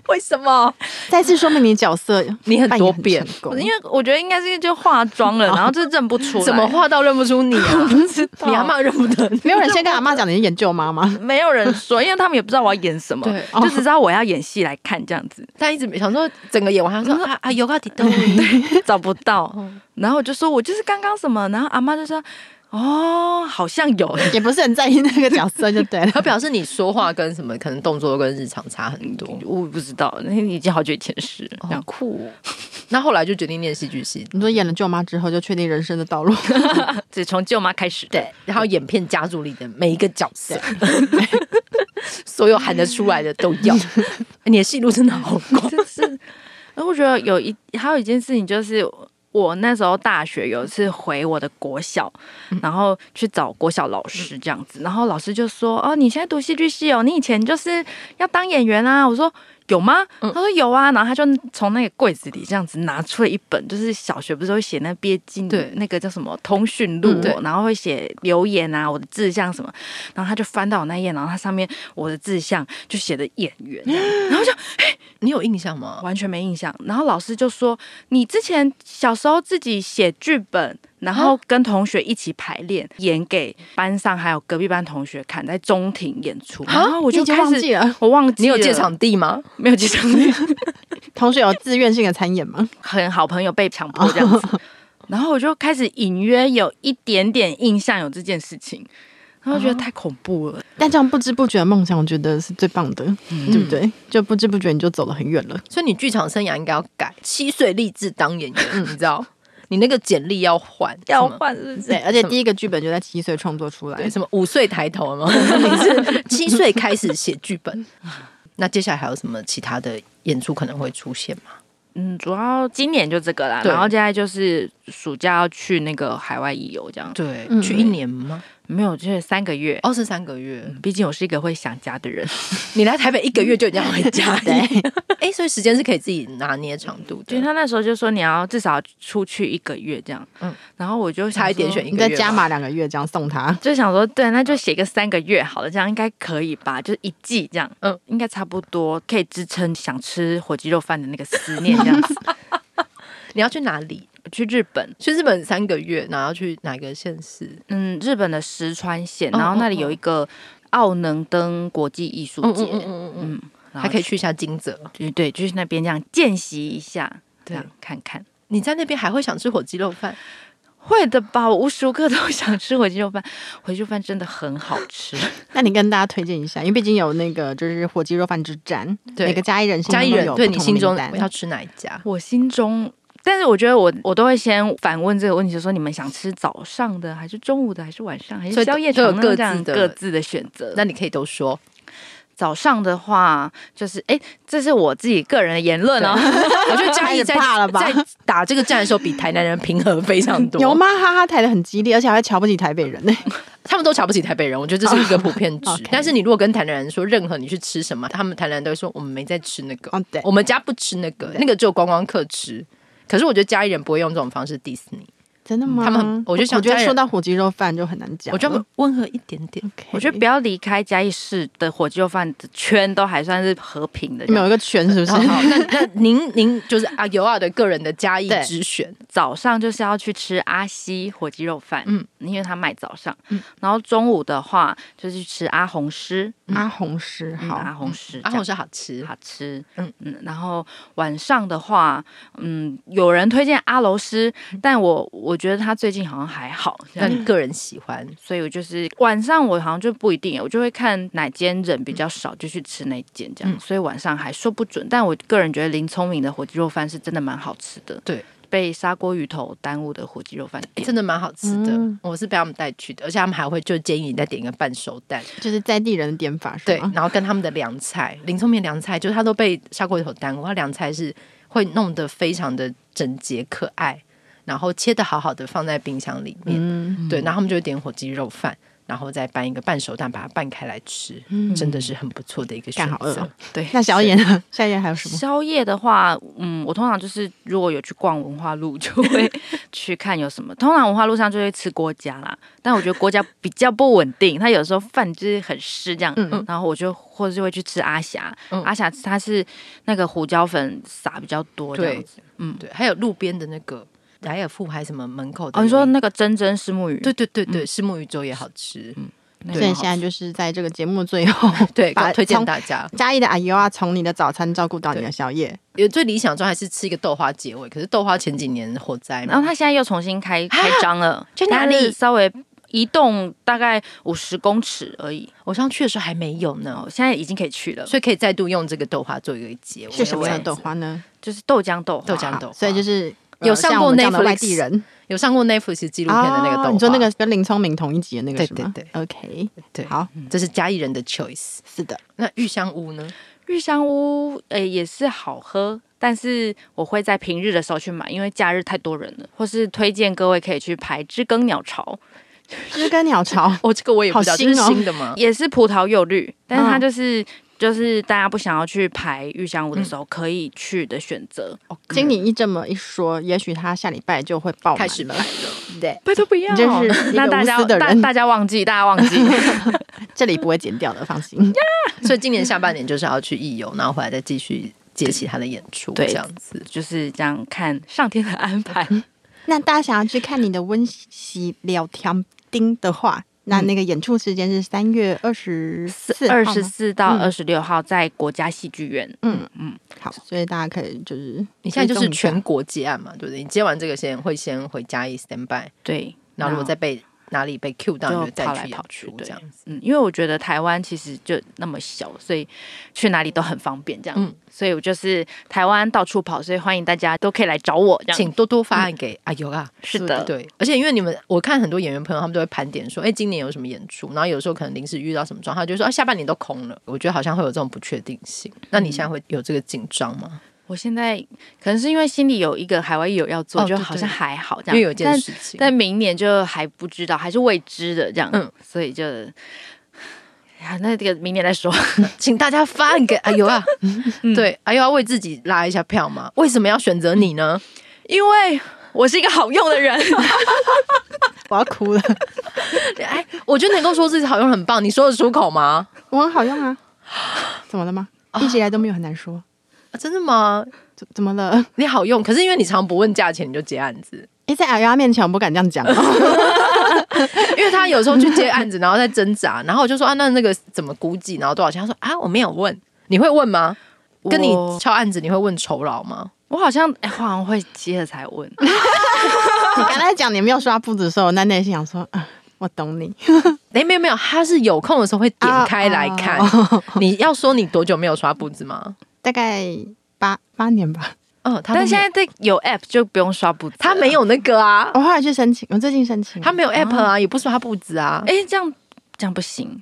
[SPEAKER 2] 为什么？
[SPEAKER 3] 再次说明你角色
[SPEAKER 2] 你很
[SPEAKER 3] 扮演
[SPEAKER 2] 多
[SPEAKER 3] 很
[SPEAKER 2] 变
[SPEAKER 3] 成功
[SPEAKER 4] 因为我觉得应该是因为就化妆了，然后就认不出来，
[SPEAKER 2] 哦怎么画到认不出你 啊？你阿妈认不得你。
[SPEAKER 3] 没有人先跟阿妈讲你是研究妈 妈，
[SPEAKER 4] 没有人说，因为他们也不知道我要演什么，
[SPEAKER 2] 对哦
[SPEAKER 4] 就只知道我要演戏来看这样子。
[SPEAKER 2] 他一直没想说整个演完，他 说啊啊有 个底灯，
[SPEAKER 4] 嗯找不 到，
[SPEAKER 2] 嗯
[SPEAKER 4] 然后我就说我就是刚刚什么，然后阿妈就说哦，好像有，
[SPEAKER 3] 也不是很在意那个角色就对了。
[SPEAKER 2] 他表示你说话跟什么可能动作都跟日常差很多。
[SPEAKER 4] 我不知道，那已经好久以前的事，这样
[SPEAKER 2] 酷、那后来就决定念戏剧系，
[SPEAKER 3] 你说演了舅妈之后就确定人生的道路，
[SPEAKER 4] 只从舅妈开始，对，
[SPEAKER 2] 然后演遍家族里的每一个角色， 所有喊得出来的都 要。你的戏路真的好广，
[SPEAKER 4] 然后呃我觉得有一还有一件事情就是。我那时候大学有一次回我的国小，
[SPEAKER 2] 嗯
[SPEAKER 4] 然后去找国小老师这样子，然后老师就说：“哦，你现在读戏剧系哦，你以前就是要当演员啊。”我说：“有吗？”
[SPEAKER 2] 嗯
[SPEAKER 4] 他说：“有啊。”然后他就从那个柜子里这样子拿出了一本，就是小学不是会写那毕业纪
[SPEAKER 2] 对
[SPEAKER 4] 念那个叫什么通讯录、
[SPEAKER 2] 嗯对
[SPEAKER 4] 哦，然后会写留言啊，我的志向什么，然后他就翻到我那页，然后他上面我的志向就写的演员这样子，然后就
[SPEAKER 2] 你有印象吗？
[SPEAKER 4] 完全没印象。然后老师就说：“你之前小时候自己写剧本，然
[SPEAKER 3] 啊
[SPEAKER 4] 后跟同学一起排练，演给班上还有隔壁班同学看，在中庭演出。”然啊后我
[SPEAKER 3] 啊你
[SPEAKER 4] 就
[SPEAKER 3] 已经
[SPEAKER 4] 开
[SPEAKER 3] 忘
[SPEAKER 4] 始，
[SPEAKER 3] 记了。
[SPEAKER 4] 我忘记
[SPEAKER 2] 你有
[SPEAKER 4] 了
[SPEAKER 2] 借场地吗？
[SPEAKER 4] 没有借场？
[SPEAKER 3] 同学有自愿性的参演吗？
[SPEAKER 4] 很好朋友被强迫这 样子。然后我就开始隐约有一点点印象有这件事情，然后
[SPEAKER 3] 啊
[SPEAKER 4] 觉得太恐怖了。
[SPEAKER 3] 但这样不知不觉的梦想，我觉得是最棒的，对不对？就不知不觉你就走得很远了。
[SPEAKER 2] 所以你剧场生涯应该要改，七岁立志当演员，你知道？你那个简历要换，什么
[SPEAKER 4] 换是不
[SPEAKER 3] 对，？而且第一个剧本就在七岁创作出来
[SPEAKER 2] 对，，什么五岁抬头吗？ 你是七岁开始写剧 本，那接下来还有什么其他的演出可能会出现吗？
[SPEAKER 4] 嗯，主要今年就这个啦，
[SPEAKER 2] 对
[SPEAKER 4] 然后接下来就是暑假要去那个海外旅游，这样
[SPEAKER 2] 对
[SPEAKER 3] 嗯
[SPEAKER 2] 去一年吗？
[SPEAKER 4] 没有，就是三个月。
[SPEAKER 2] 哦，是三个月。
[SPEAKER 4] 毕竟我是一个会想家 的人，
[SPEAKER 2] 你来台北一个月就已经要回 家，
[SPEAKER 3] 对，
[SPEAKER 2] 哎，所以时间是可以自己拿捏长度
[SPEAKER 4] 就是
[SPEAKER 2] 的。
[SPEAKER 4] 他那时候就说你要至少出去一个月这样，
[SPEAKER 2] 嗯
[SPEAKER 4] 嗯，然后我就想
[SPEAKER 2] 差一点
[SPEAKER 4] 说
[SPEAKER 2] 选一
[SPEAKER 3] 你
[SPEAKER 2] 个
[SPEAKER 3] 再
[SPEAKER 2] 月，
[SPEAKER 3] 加，码两个月这样送他。
[SPEAKER 4] 就想说对，那就写个三个月好了，这样应该可以吧？就是一季这样，
[SPEAKER 2] 嗯
[SPEAKER 4] 嗯，应该差不多可以支撑想吃火鸡肉饭的那个思念这 样子。
[SPEAKER 2] 你要去哪里？
[SPEAKER 4] 去日本，
[SPEAKER 2] 去日本三个月，然后去哪个县市？
[SPEAKER 4] 嗯，日本的石川县，
[SPEAKER 2] 哦
[SPEAKER 4] 然后那里有一个奥能登国际艺术节，
[SPEAKER 2] 嗯嗯，
[SPEAKER 4] 嗯，然后
[SPEAKER 2] 还可以去一下金泽。
[SPEAKER 4] 去，对，就去那边这样见习一下，
[SPEAKER 2] 对
[SPEAKER 4] 对，看看。
[SPEAKER 2] 你在那边还会想吃火鸡肉饭？
[SPEAKER 4] 会的吧，我无时无刻都想吃火鸡肉饭，火鸡肉饭真的很好吃。
[SPEAKER 3] 那你跟大家推荐一下，因为毕竟有那个就是火鸡肉饭之战，
[SPEAKER 2] 对
[SPEAKER 3] 每个嘉义人心中
[SPEAKER 2] 嘉义
[SPEAKER 3] 都
[SPEAKER 2] 人
[SPEAKER 3] 有
[SPEAKER 2] 对
[SPEAKER 3] 不
[SPEAKER 2] 你
[SPEAKER 3] 同
[SPEAKER 2] 心中
[SPEAKER 3] 名单
[SPEAKER 2] 要吃哪一家？
[SPEAKER 4] 我心中，但是我觉得我我都会先反问这个问题，就说你们想吃早上的，还是中午的，还是晚上，还
[SPEAKER 2] 所
[SPEAKER 4] 是
[SPEAKER 2] 以都
[SPEAKER 4] 宵夜场呢？
[SPEAKER 2] 都有各自
[SPEAKER 4] 这样
[SPEAKER 2] 的
[SPEAKER 4] 各自的选择。
[SPEAKER 2] 那你可以都说。
[SPEAKER 4] 早上的话，就是哎，这是我自己个人的言论哦。
[SPEAKER 2] 我 觉得嘉义在
[SPEAKER 3] 开始怕了吧
[SPEAKER 2] 在打这个战的时候，比台南人平和非常多。
[SPEAKER 3] 有吗？哈哈，抬的很激烈，而且还会瞧不起台北人呢。
[SPEAKER 2] 他们都瞧不起台北人，我觉得这是一个普遍值。
[SPEAKER 3] 哦，OK
[SPEAKER 2] 但是你如果跟台南人说任何你去吃什么，他们台南人都会说我们没在吃那个，
[SPEAKER 3] 哦对
[SPEAKER 2] 我们家不吃那个，那个只有观光客吃。可是我觉得嘉义人不会用这种方式 diss 你，
[SPEAKER 3] 真的吗？
[SPEAKER 2] 他们我就想
[SPEAKER 3] 我觉
[SPEAKER 2] 家
[SPEAKER 3] 得
[SPEAKER 2] 人
[SPEAKER 3] 说到火鸡肉饭就很难讲了。
[SPEAKER 2] 我觉得他们温和一点点。
[SPEAKER 3] OK
[SPEAKER 4] 我觉得不要离开嘉义市的火鸡肉饭的圈，都还算是和平的
[SPEAKER 3] 你
[SPEAKER 4] 这
[SPEAKER 3] 们有一
[SPEAKER 4] 样。
[SPEAKER 3] 个圈是不
[SPEAKER 2] 好，好
[SPEAKER 3] 是？
[SPEAKER 2] 那 那您您就是啊阿尤尔的个人的嘉义
[SPEAKER 3] 对
[SPEAKER 2] 之选，
[SPEAKER 4] 早上就是要去吃阿西火鸡肉饭，
[SPEAKER 2] 嗯
[SPEAKER 4] 嗯，因为他卖早上。
[SPEAKER 2] 嗯
[SPEAKER 4] 然后中午的话，就是去吃阿红师，
[SPEAKER 3] 阿红师
[SPEAKER 4] 嗯
[SPEAKER 3] 好，
[SPEAKER 4] 阿红师
[SPEAKER 2] 阿
[SPEAKER 4] 这样
[SPEAKER 2] 啊红是好吃，
[SPEAKER 4] 好吃，
[SPEAKER 2] 嗯
[SPEAKER 4] 嗯嗯。然后晚上的话，嗯，有人推荐阿楼师，但我我觉得他最近好像还好，这
[SPEAKER 2] 那
[SPEAKER 4] 样
[SPEAKER 2] 你个人喜欢？
[SPEAKER 4] 所以我就是晚上我好像就不一定，我就会看哪间人比较少，就去吃那间这样。
[SPEAKER 2] 嗯
[SPEAKER 4] 所以晚上还说不准，但我个人觉得林聪明的火鸡肉饭是真的蛮好吃的。
[SPEAKER 2] 对。
[SPEAKER 4] 被砂锅鱼头耽误的火鸡肉饭店，
[SPEAKER 2] 真的蛮好吃的，
[SPEAKER 3] 嗯
[SPEAKER 2] 我是被他们带去的，而且他们还会就建议你再点一个半熟蛋，
[SPEAKER 3] 就是在地人的点法是
[SPEAKER 2] 对
[SPEAKER 3] 吗，？
[SPEAKER 2] 然后跟他们的凉菜，林聪明凉菜就是他都被砂锅鱼头耽误，他凉菜是会弄得非常的整洁可爱，然后切的好好的放在冰箱里面，
[SPEAKER 3] 嗯，
[SPEAKER 2] 对，然后他们就会点火鸡肉饭，然后再拌一个半熟蛋，把它拌开来吃，真的是很不错的一个选
[SPEAKER 3] 干好饿
[SPEAKER 2] 择。对，
[SPEAKER 3] 那小野呢？ 小野还有什么？
[SPEAKER 4] 宵夜的话，嗯，我通常就是如果有去逛文化路，就 会去看有什么。通常文化路上就会吃郭家啦，但我觉得郭家比较不稳定，它有时候饭就是很湿这样。
[SPEAKER 3] 嗯
[SPEAKER 4] 然后我就或者是会去吃阿霞，
[SPEAKER 2] 嗯
[SPEAKER 4] 阿霞它是那个胡椒粉撒比较
[SPEAKER 2] 哦
[SPEAKER 4] 多这样子。嗯，
[SPEAKER 2] 对，还有路边的那个莱尔富，还有什么门口的？
[SPEAKER 4] 哦，你说那个真真虱目鱼，
[SPEAKER 2] 对对对对，是木鱼粥也好吃，
[SPEAKER 4] 那个哦
[SPEAKER 3] 所
[SPEAKER 4] 很
[SPEAKER 3] 以
[SPEAKER 4] 好
[SPEAKER 3] 现在
[SPEAKER 4] 吃，
[SPEAKER 3] 就是在这个节目最 后，
[SPEAKER 2] 对，
[SPEAKER 3] 把
[SPEAKER 2] 推荐
[SPEAKER 3] 从
[SPEAKER 2] 大家。
[SPEAKER 3] 嘉义的阿尤啊，从你的早餐照顾到你的宵夜，
[SPEAKER 2] 也最理想中还是吃一个豆花结尾，可是豆花前几年火灾嘛，
[SPEAKER 4] 然后它现在又重新开开张了，
[SPEAKER 2] 在啊哪
[SPEAKER 4] 它是
[SPEAKER 2] 里
[SPEAKER 4] 稍微移动大概五十公尺而已，
[SPEAKER 2] 我上去的时候还没有呢
[SPEAKER 4] 哦，，现在已经可以去了。
[SPEAKER 2] 所以可以再度用这个豆花做一个结尾。
[SPEAKER 3] 是什么样的豆
[SPEAKER 4] 我也
[SPEAKER 3] 花呢？
[SPEAKER 4] 就是豆浆豆花
[SPEAKER 2] 豆浆豆花
[SPEAKER 3] 所以就是
[SPEAKER 2] 有
[SPEAKER 3] 呃
[SPEAKER 2] 上
[SPEAKER 3] 像
[SPEAKER 2] 过
[SPEAKER 3] 我们这样的
[SPEAKER 2] Netflix
[SPEAKER 3] 外地人
[SPEAKER 2] 有上过 Netflix 纪录片的那个豆花，
[SPEAKER 3] 哦你说那个跟林聪明同一集的那个
[SPEAKER 2] 对
[SPEAKER 3] 是吗？
[SPEAKER 2] 对
[SPEAKER 3] 对，OK，
[SPEAKER 2] 对，嗯
[SPEAKER 3] 好，
[SPEAKER 2] 这是嘉义人的 choice。
[SPEAKER 3] 是的，
[SPEAKER 2] 那玉香屋呢？
[SPEAKER 4] 玉香屋诶、也是好喝，但是我会在平日的时候去买，因为假日太多人了，或是推荐各位可以去排知更鸟巢，
[SPEAKER 3] 知更 鸟巢
[SPEAKER 2] 哦，这个我也不知道，
[SPEAKER 3] 好
[SPEAKER 2] 这
[SPEAKER 3] 新哦
[SPEAKER 2] 是新的吗？
[SPEAKER 4] 也是葡萄柚绿，但是它
[SPEAKER 3] 嗯
[SPEAKER 4] 就是。就是大家不想要去排玉香屋的时候，可以去的选择。
[SPEAKER 3] 经你一这么一说，也许他下礼拜就会爆 满
[SPEAKER 2] 开始买
[SPEAKER 3] 了。
[SPEAKER 2] 了，
[SPEAKER 3] 对，
[SPEAKER 4] 拜托不要
[SPEAKER 3] 你真是一个
[SPEAKER 4] 那大
[SPEAKER 3] 无
[SPEAKER 4] 家
[SPEAKER 3] 私的
[SPEAKER 4] 大
[SPEAKER 3] 人
[SPEAKER 4] 大家忘记，大家忘记。
[SPEAKER 3] 这里不会剪掉的，放心。
[SPEAKER 2] 所以今年下半年就是要去义游，然后回来再继续接其他的演出，
[SPEAKER 4] 对
[SPEAKER 2] 这样子。
[SPEAKER 4] 就是这样看上天的安排。
[SPEAKER 3] 那大家想要去看你的温习聊天丁的话，那
[SPEAKER 2] 嗯
[SPEAKER 3] 那个演出时间是三月二十四、
[SPEAKER 4] 二十
[SPEAKER 3] 四，
[SPEAKER 4] 四到
[SPEAKER 3] 嗯
[SPEAKER 4] 二十六号在国家戏剧院，
[SPEAKER 3] 嗯
[SPEAKER 4] 嗯
[SPEAKER 3] 嗯，好，所以大家可以就是
[SPEAKER 2] 你现在就是
[SPEAKER 3] 追踪一下
[SPEAKER 2] 全国结案嘛，对不对？你接完这个先会先回嘉义 stand by，
[SPEAKER 4] 对。
[SPEAKER 2] 然后如果再被哪里被 Q 到，
[SPEAKER 4] 就
[SPEAKER 2] 你就再
[SPEAKER 4] 跑来
[SPEAKER 2] 去演
[SPEAKER 4] 跑去
[SPEAKER 2] 出
[SPEAKER 4] 对
[SPEAKER 2] 这样子。
[SPEAKER 4] 嗯，因为我觉得台湾其实就那么小，所以去哪里都很方便，这样。
[SPEAKER 2] 嗯
[SPEAKER 4] 所以我就是台湾到处跑，所以欢迎大家都可以来找我，这样。嗯
[SPEAKER 2] 请多多发案给阿尤啊。
[SPEAKER 4] 是
[SPEAKER 3] 是
[SPEAKER 4] 的，
[SPEAKER 3] 的
[SPEAKER 2] 对，而且因为你们，我看很多演员朋友他们都会盘点说，哎，今年有什么演出，然后有时候可能临时遇到什么状况，就说啊，下半年都空了。我觉得好像会有这种不确定性。
[SPEAKER 4] 嗯
[SPEAKER 2] 那你现在会有这个紧张吗？
[SPEAKER 4] 我现在可能是因为心里有一个海外友要做，
[SPEAKER 2] 哦
[SPEAKER 4] 就
[SPEAKER 2] 对
[SPEAKER 4] 好像
[SPEAKER 2] 对
[SPEAKER 4] 还好这
[SPEAKER 2] 因
[SPEAKER 4] 样。
[SPEAKER 2] 为有一件
[SPEAKER 4] 但
[SPEAKER 2] 事情，
[SPEAKER 4] 但明年就还不知道，还是未知的这样。
[SPEAKER 2] 嗯
[SPEAKER 4] 所以就。啊，那这个明年再说。
[SPEAKER 2] 请大家发案给阿尤啊。
[SPEAKER 4] 嗯
[SPEAKER 2] 对，阿尤要为自己拉一下票嘛？为什么要选择你呢？
[SPEAKER 4] 因为我是一个好用的人，
[SPEAKER 3] 我要哭了，
[SPEAKER 2] 哎，我觉得能够说自己好用很棒，你说得出口吗？
[SPEAKER 3] 我很好用啊，怎么了吗？一直以来都没有很难说，
[SPEAKER 2] 啊真的吗？
[SPEAKER 3] 怎怎么了？
[SPEAKER 2] 你好用，可是因为你常不问价钱，你就接案子。
[SPEAKER 3] 哎，在阿丫面前我不敢这样讲 哦，
[SPEAKER 2] 因为他有时候去接案子，然后在挣扎，然后我就说啊，那那个怎么估计，然后多少钱？他说啊，我没有问，你会问吗？跟你
[SPEAKER 4] 我
[SPEAKER 2] 敲案子，你会问酬劳吗？
[SPEAKER 4] 我好像哎，我好像会接了才问。
[SPEAKER 3] 你刚才讲你没有刷步子的时候，我那内心想说啊。我懂你，
[SPEAKER 2] 哎，没有没有，他是有空的时候会点开来看。 你要说你多久没有刷步子吗？
[SPEAKER 3] 大概八八年吧。
[SPEAKER 2] 嗯，他都没有
[SPEAKER 4] 但现在这有 app 就不用刷步子，
[SPEAKER 2] 他没。有那个啊，
[SPEAKER 3] 我后来去申请，我最近申请了，
[SPEAKER 2] 他没有 app 啊，也不刷步子啊。
[SPEAKER 4] 哎，这样这样不行。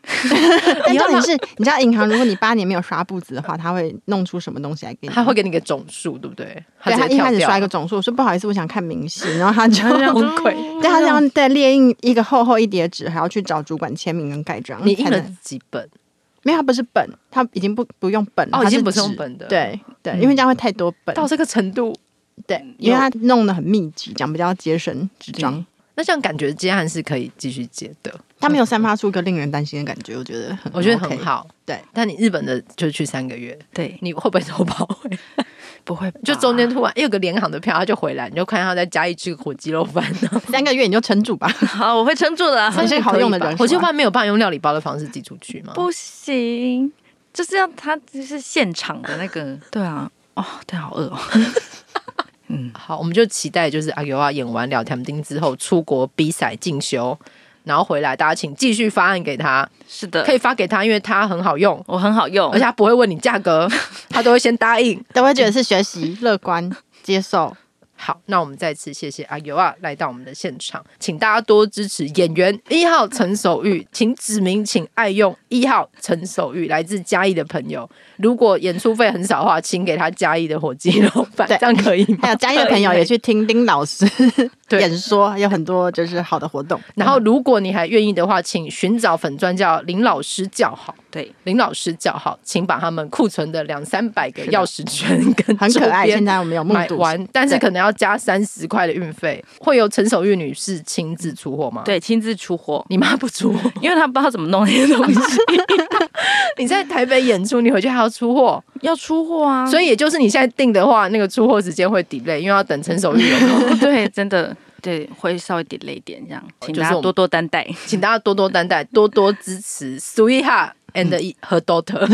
[SPEAKER 3] 但重点是，你知道银行，如果你八年没有刷步子的话，他会弄出什么东西来给你？
[SPEAKER 2] 他会给你个总数，对不对？
[SPEAKER 3] 对
[SPEAKER 2] 直
[SPEAKER 3] 他
[SPEAKER 2] 接
[SPEAKER 3] 一
[SPEAKER 2] 跳
[SPEAKER 3] 开始
[SPEAKER 2] 掉
[SPEAKER 3] 刷 一个总数，我说不好意思，我想看明细，然后他就
[SPEAKER 2] 崩溃。
[SPEAKER 3] 对他这样再列印一个厚厚一叠纸，还要去找主管签名跟盖章。
[SPEAKER 2] 你印嗯
[SPEAKER 3] 才
[SPEAKER 2] 了
[SPEAKER 3] 能
[SPEAKER 2] 几本？
[SPEAKER 3] 没有？他不是本，他已经不不用本了，
[SPEAKER 2] 哦，
[SPEAKER 3] 他
[SPEAKER 2] 已经不是
[SPEAKER 3] 纸
[SPEAKER 2] 用。本的。，嗯
[SPEAKER 3] 对对，因为这样会太多本，
[SPEAKER 2] 到这个程度，
[SPEAKER 3] 对，因为他弄得很密集，讲比较节省纸张。
[SPEAKER 2] 那这样感觉接案是可以继续接的。
[SPEAKER 3] 他没有散发出一个令人担心的感觉，我觉得很
[SPEAKER 2] 嗯我觉得很
[SPEAKER 3] 哦 OK。
[SPEAKER 2] 好。
[SPEAKER 3] 对，
[SPEAKER 2] 但你日本的就去三个月，
[SPEAKER 4] 对，
[SPEAKER 2] 你会不会偷跑？
[SPEAKER 4] 不会吧，
[SPEAKER 2] 就中间突然又有个联航的票，他就回来，你就看他在嘉义吃火鸡肉饭，
[SPEAKER 3] 三个月你就撑住吧。
[SPEAKER 4] 好，我会撑住 的啊。
[SPEAKER 3] 很是好用的人
[SPEAKER 2] 火鸡肉饭没有办法用料理包的方式寄出去吗？
[SPEAKER 4] 不行，就是要他就是现场的那 个，对啊，哦，对，好饿哦。
[SPEAKER 2] 好，我们就期待就是阿尤啊演完了天丁之后出国比赛进修，然后回来，大家请继续发案给他，
[SPEAKER 4] 是的，
[SPEAKER 2] 可以发给他，因为他很好
[SPEAKER 3] 哦
[SPEAKER 2] 用，
[SPEAKER 4] 我很好用，
[SPEAKER 2] 而且他不会问你价 格，他都会先答应。
[SPEAKER 3] 都会觉得是学习、乐观、接受。
[SPEAKER 2] 好，那我们再次谢谢阿尤啊来到我们的现场，请大家多支持演员一号陈守玉，请指名请爱用一号陈守玉，来自嘉义的朋友，如果演出费很少的话，请给他嘉义的火鸡肉饭，
[SPEAKER 3] 对
[SPEAKER 2] 这样可以吗？
[SPEAKER 3] 还有嘉义的朋友也去听丁老师
[SPEAKER 2] 对
[SPEAKER 3] 演说，有很多就是好的活动。
[SPEAKER 2] 然后，如果你还愿意的话，请寻找粉专叫林老师叫好，
[SPEAKER 4] 对，
[SPEAKER 2] 林老师叫好，请把他们库存的两三百个钥匙圈跟
[SPEAKER 3] 很可爱，
[SPEAKER 2] 周边
[SPEAKER 3] 现在我们有目
[SPEAKER 2] 买
[SPEAKER 3] 睹。
[SPEAKER 2] 完，但是
[SPEAKER 3] 对
[SPEAKER 2] 可能要加三十块的运费。会由陈守玉女士亲自出货吗？，
[SPEAKER 4] 对，亲自出货，
[SPEAKER 2] 你妈不出货。
[SPEAKER 4] 因为他不知道怎么弄那些东西，
[SPEAKER 2] 嗯 你在台北演出，你回去还要出货，
[SPEAKER 4] 要出货啊。
[SPEAKER 2] 所以也就是你现在订的话，那个出货时间会 delay，因为要等陈守玉有空。
[SPEAKER 4] 以 哦对，真的对，会稍微 delay 一点这样，请
[SPEAKER 2] 就是
[SPEAKER 4] 大
[SPEAKER 2] 我
[SPEAKER 4] 家
[SPEAKER 2] 们
[SPEAKER 4] 多多担待。
[SPEAKER 2] 请大家多多担待，多多支持 Sweetheart and 和 Daughter。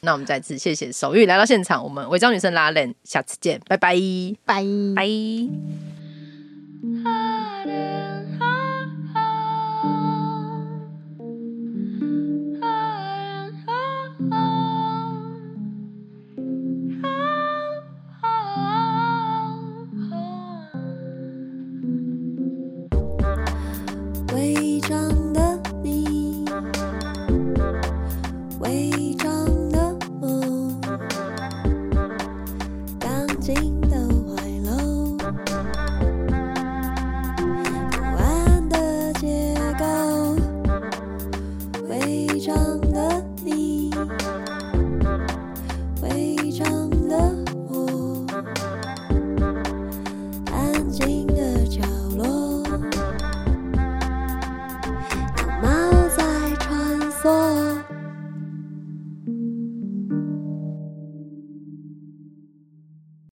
[SPEAKER 2] 那我们再次谢谢手玉来到现场，我们违章女生拉链，下次见，拜拜。
[SPEAKER 3] 拜。
[SPEAKER 4] 拜。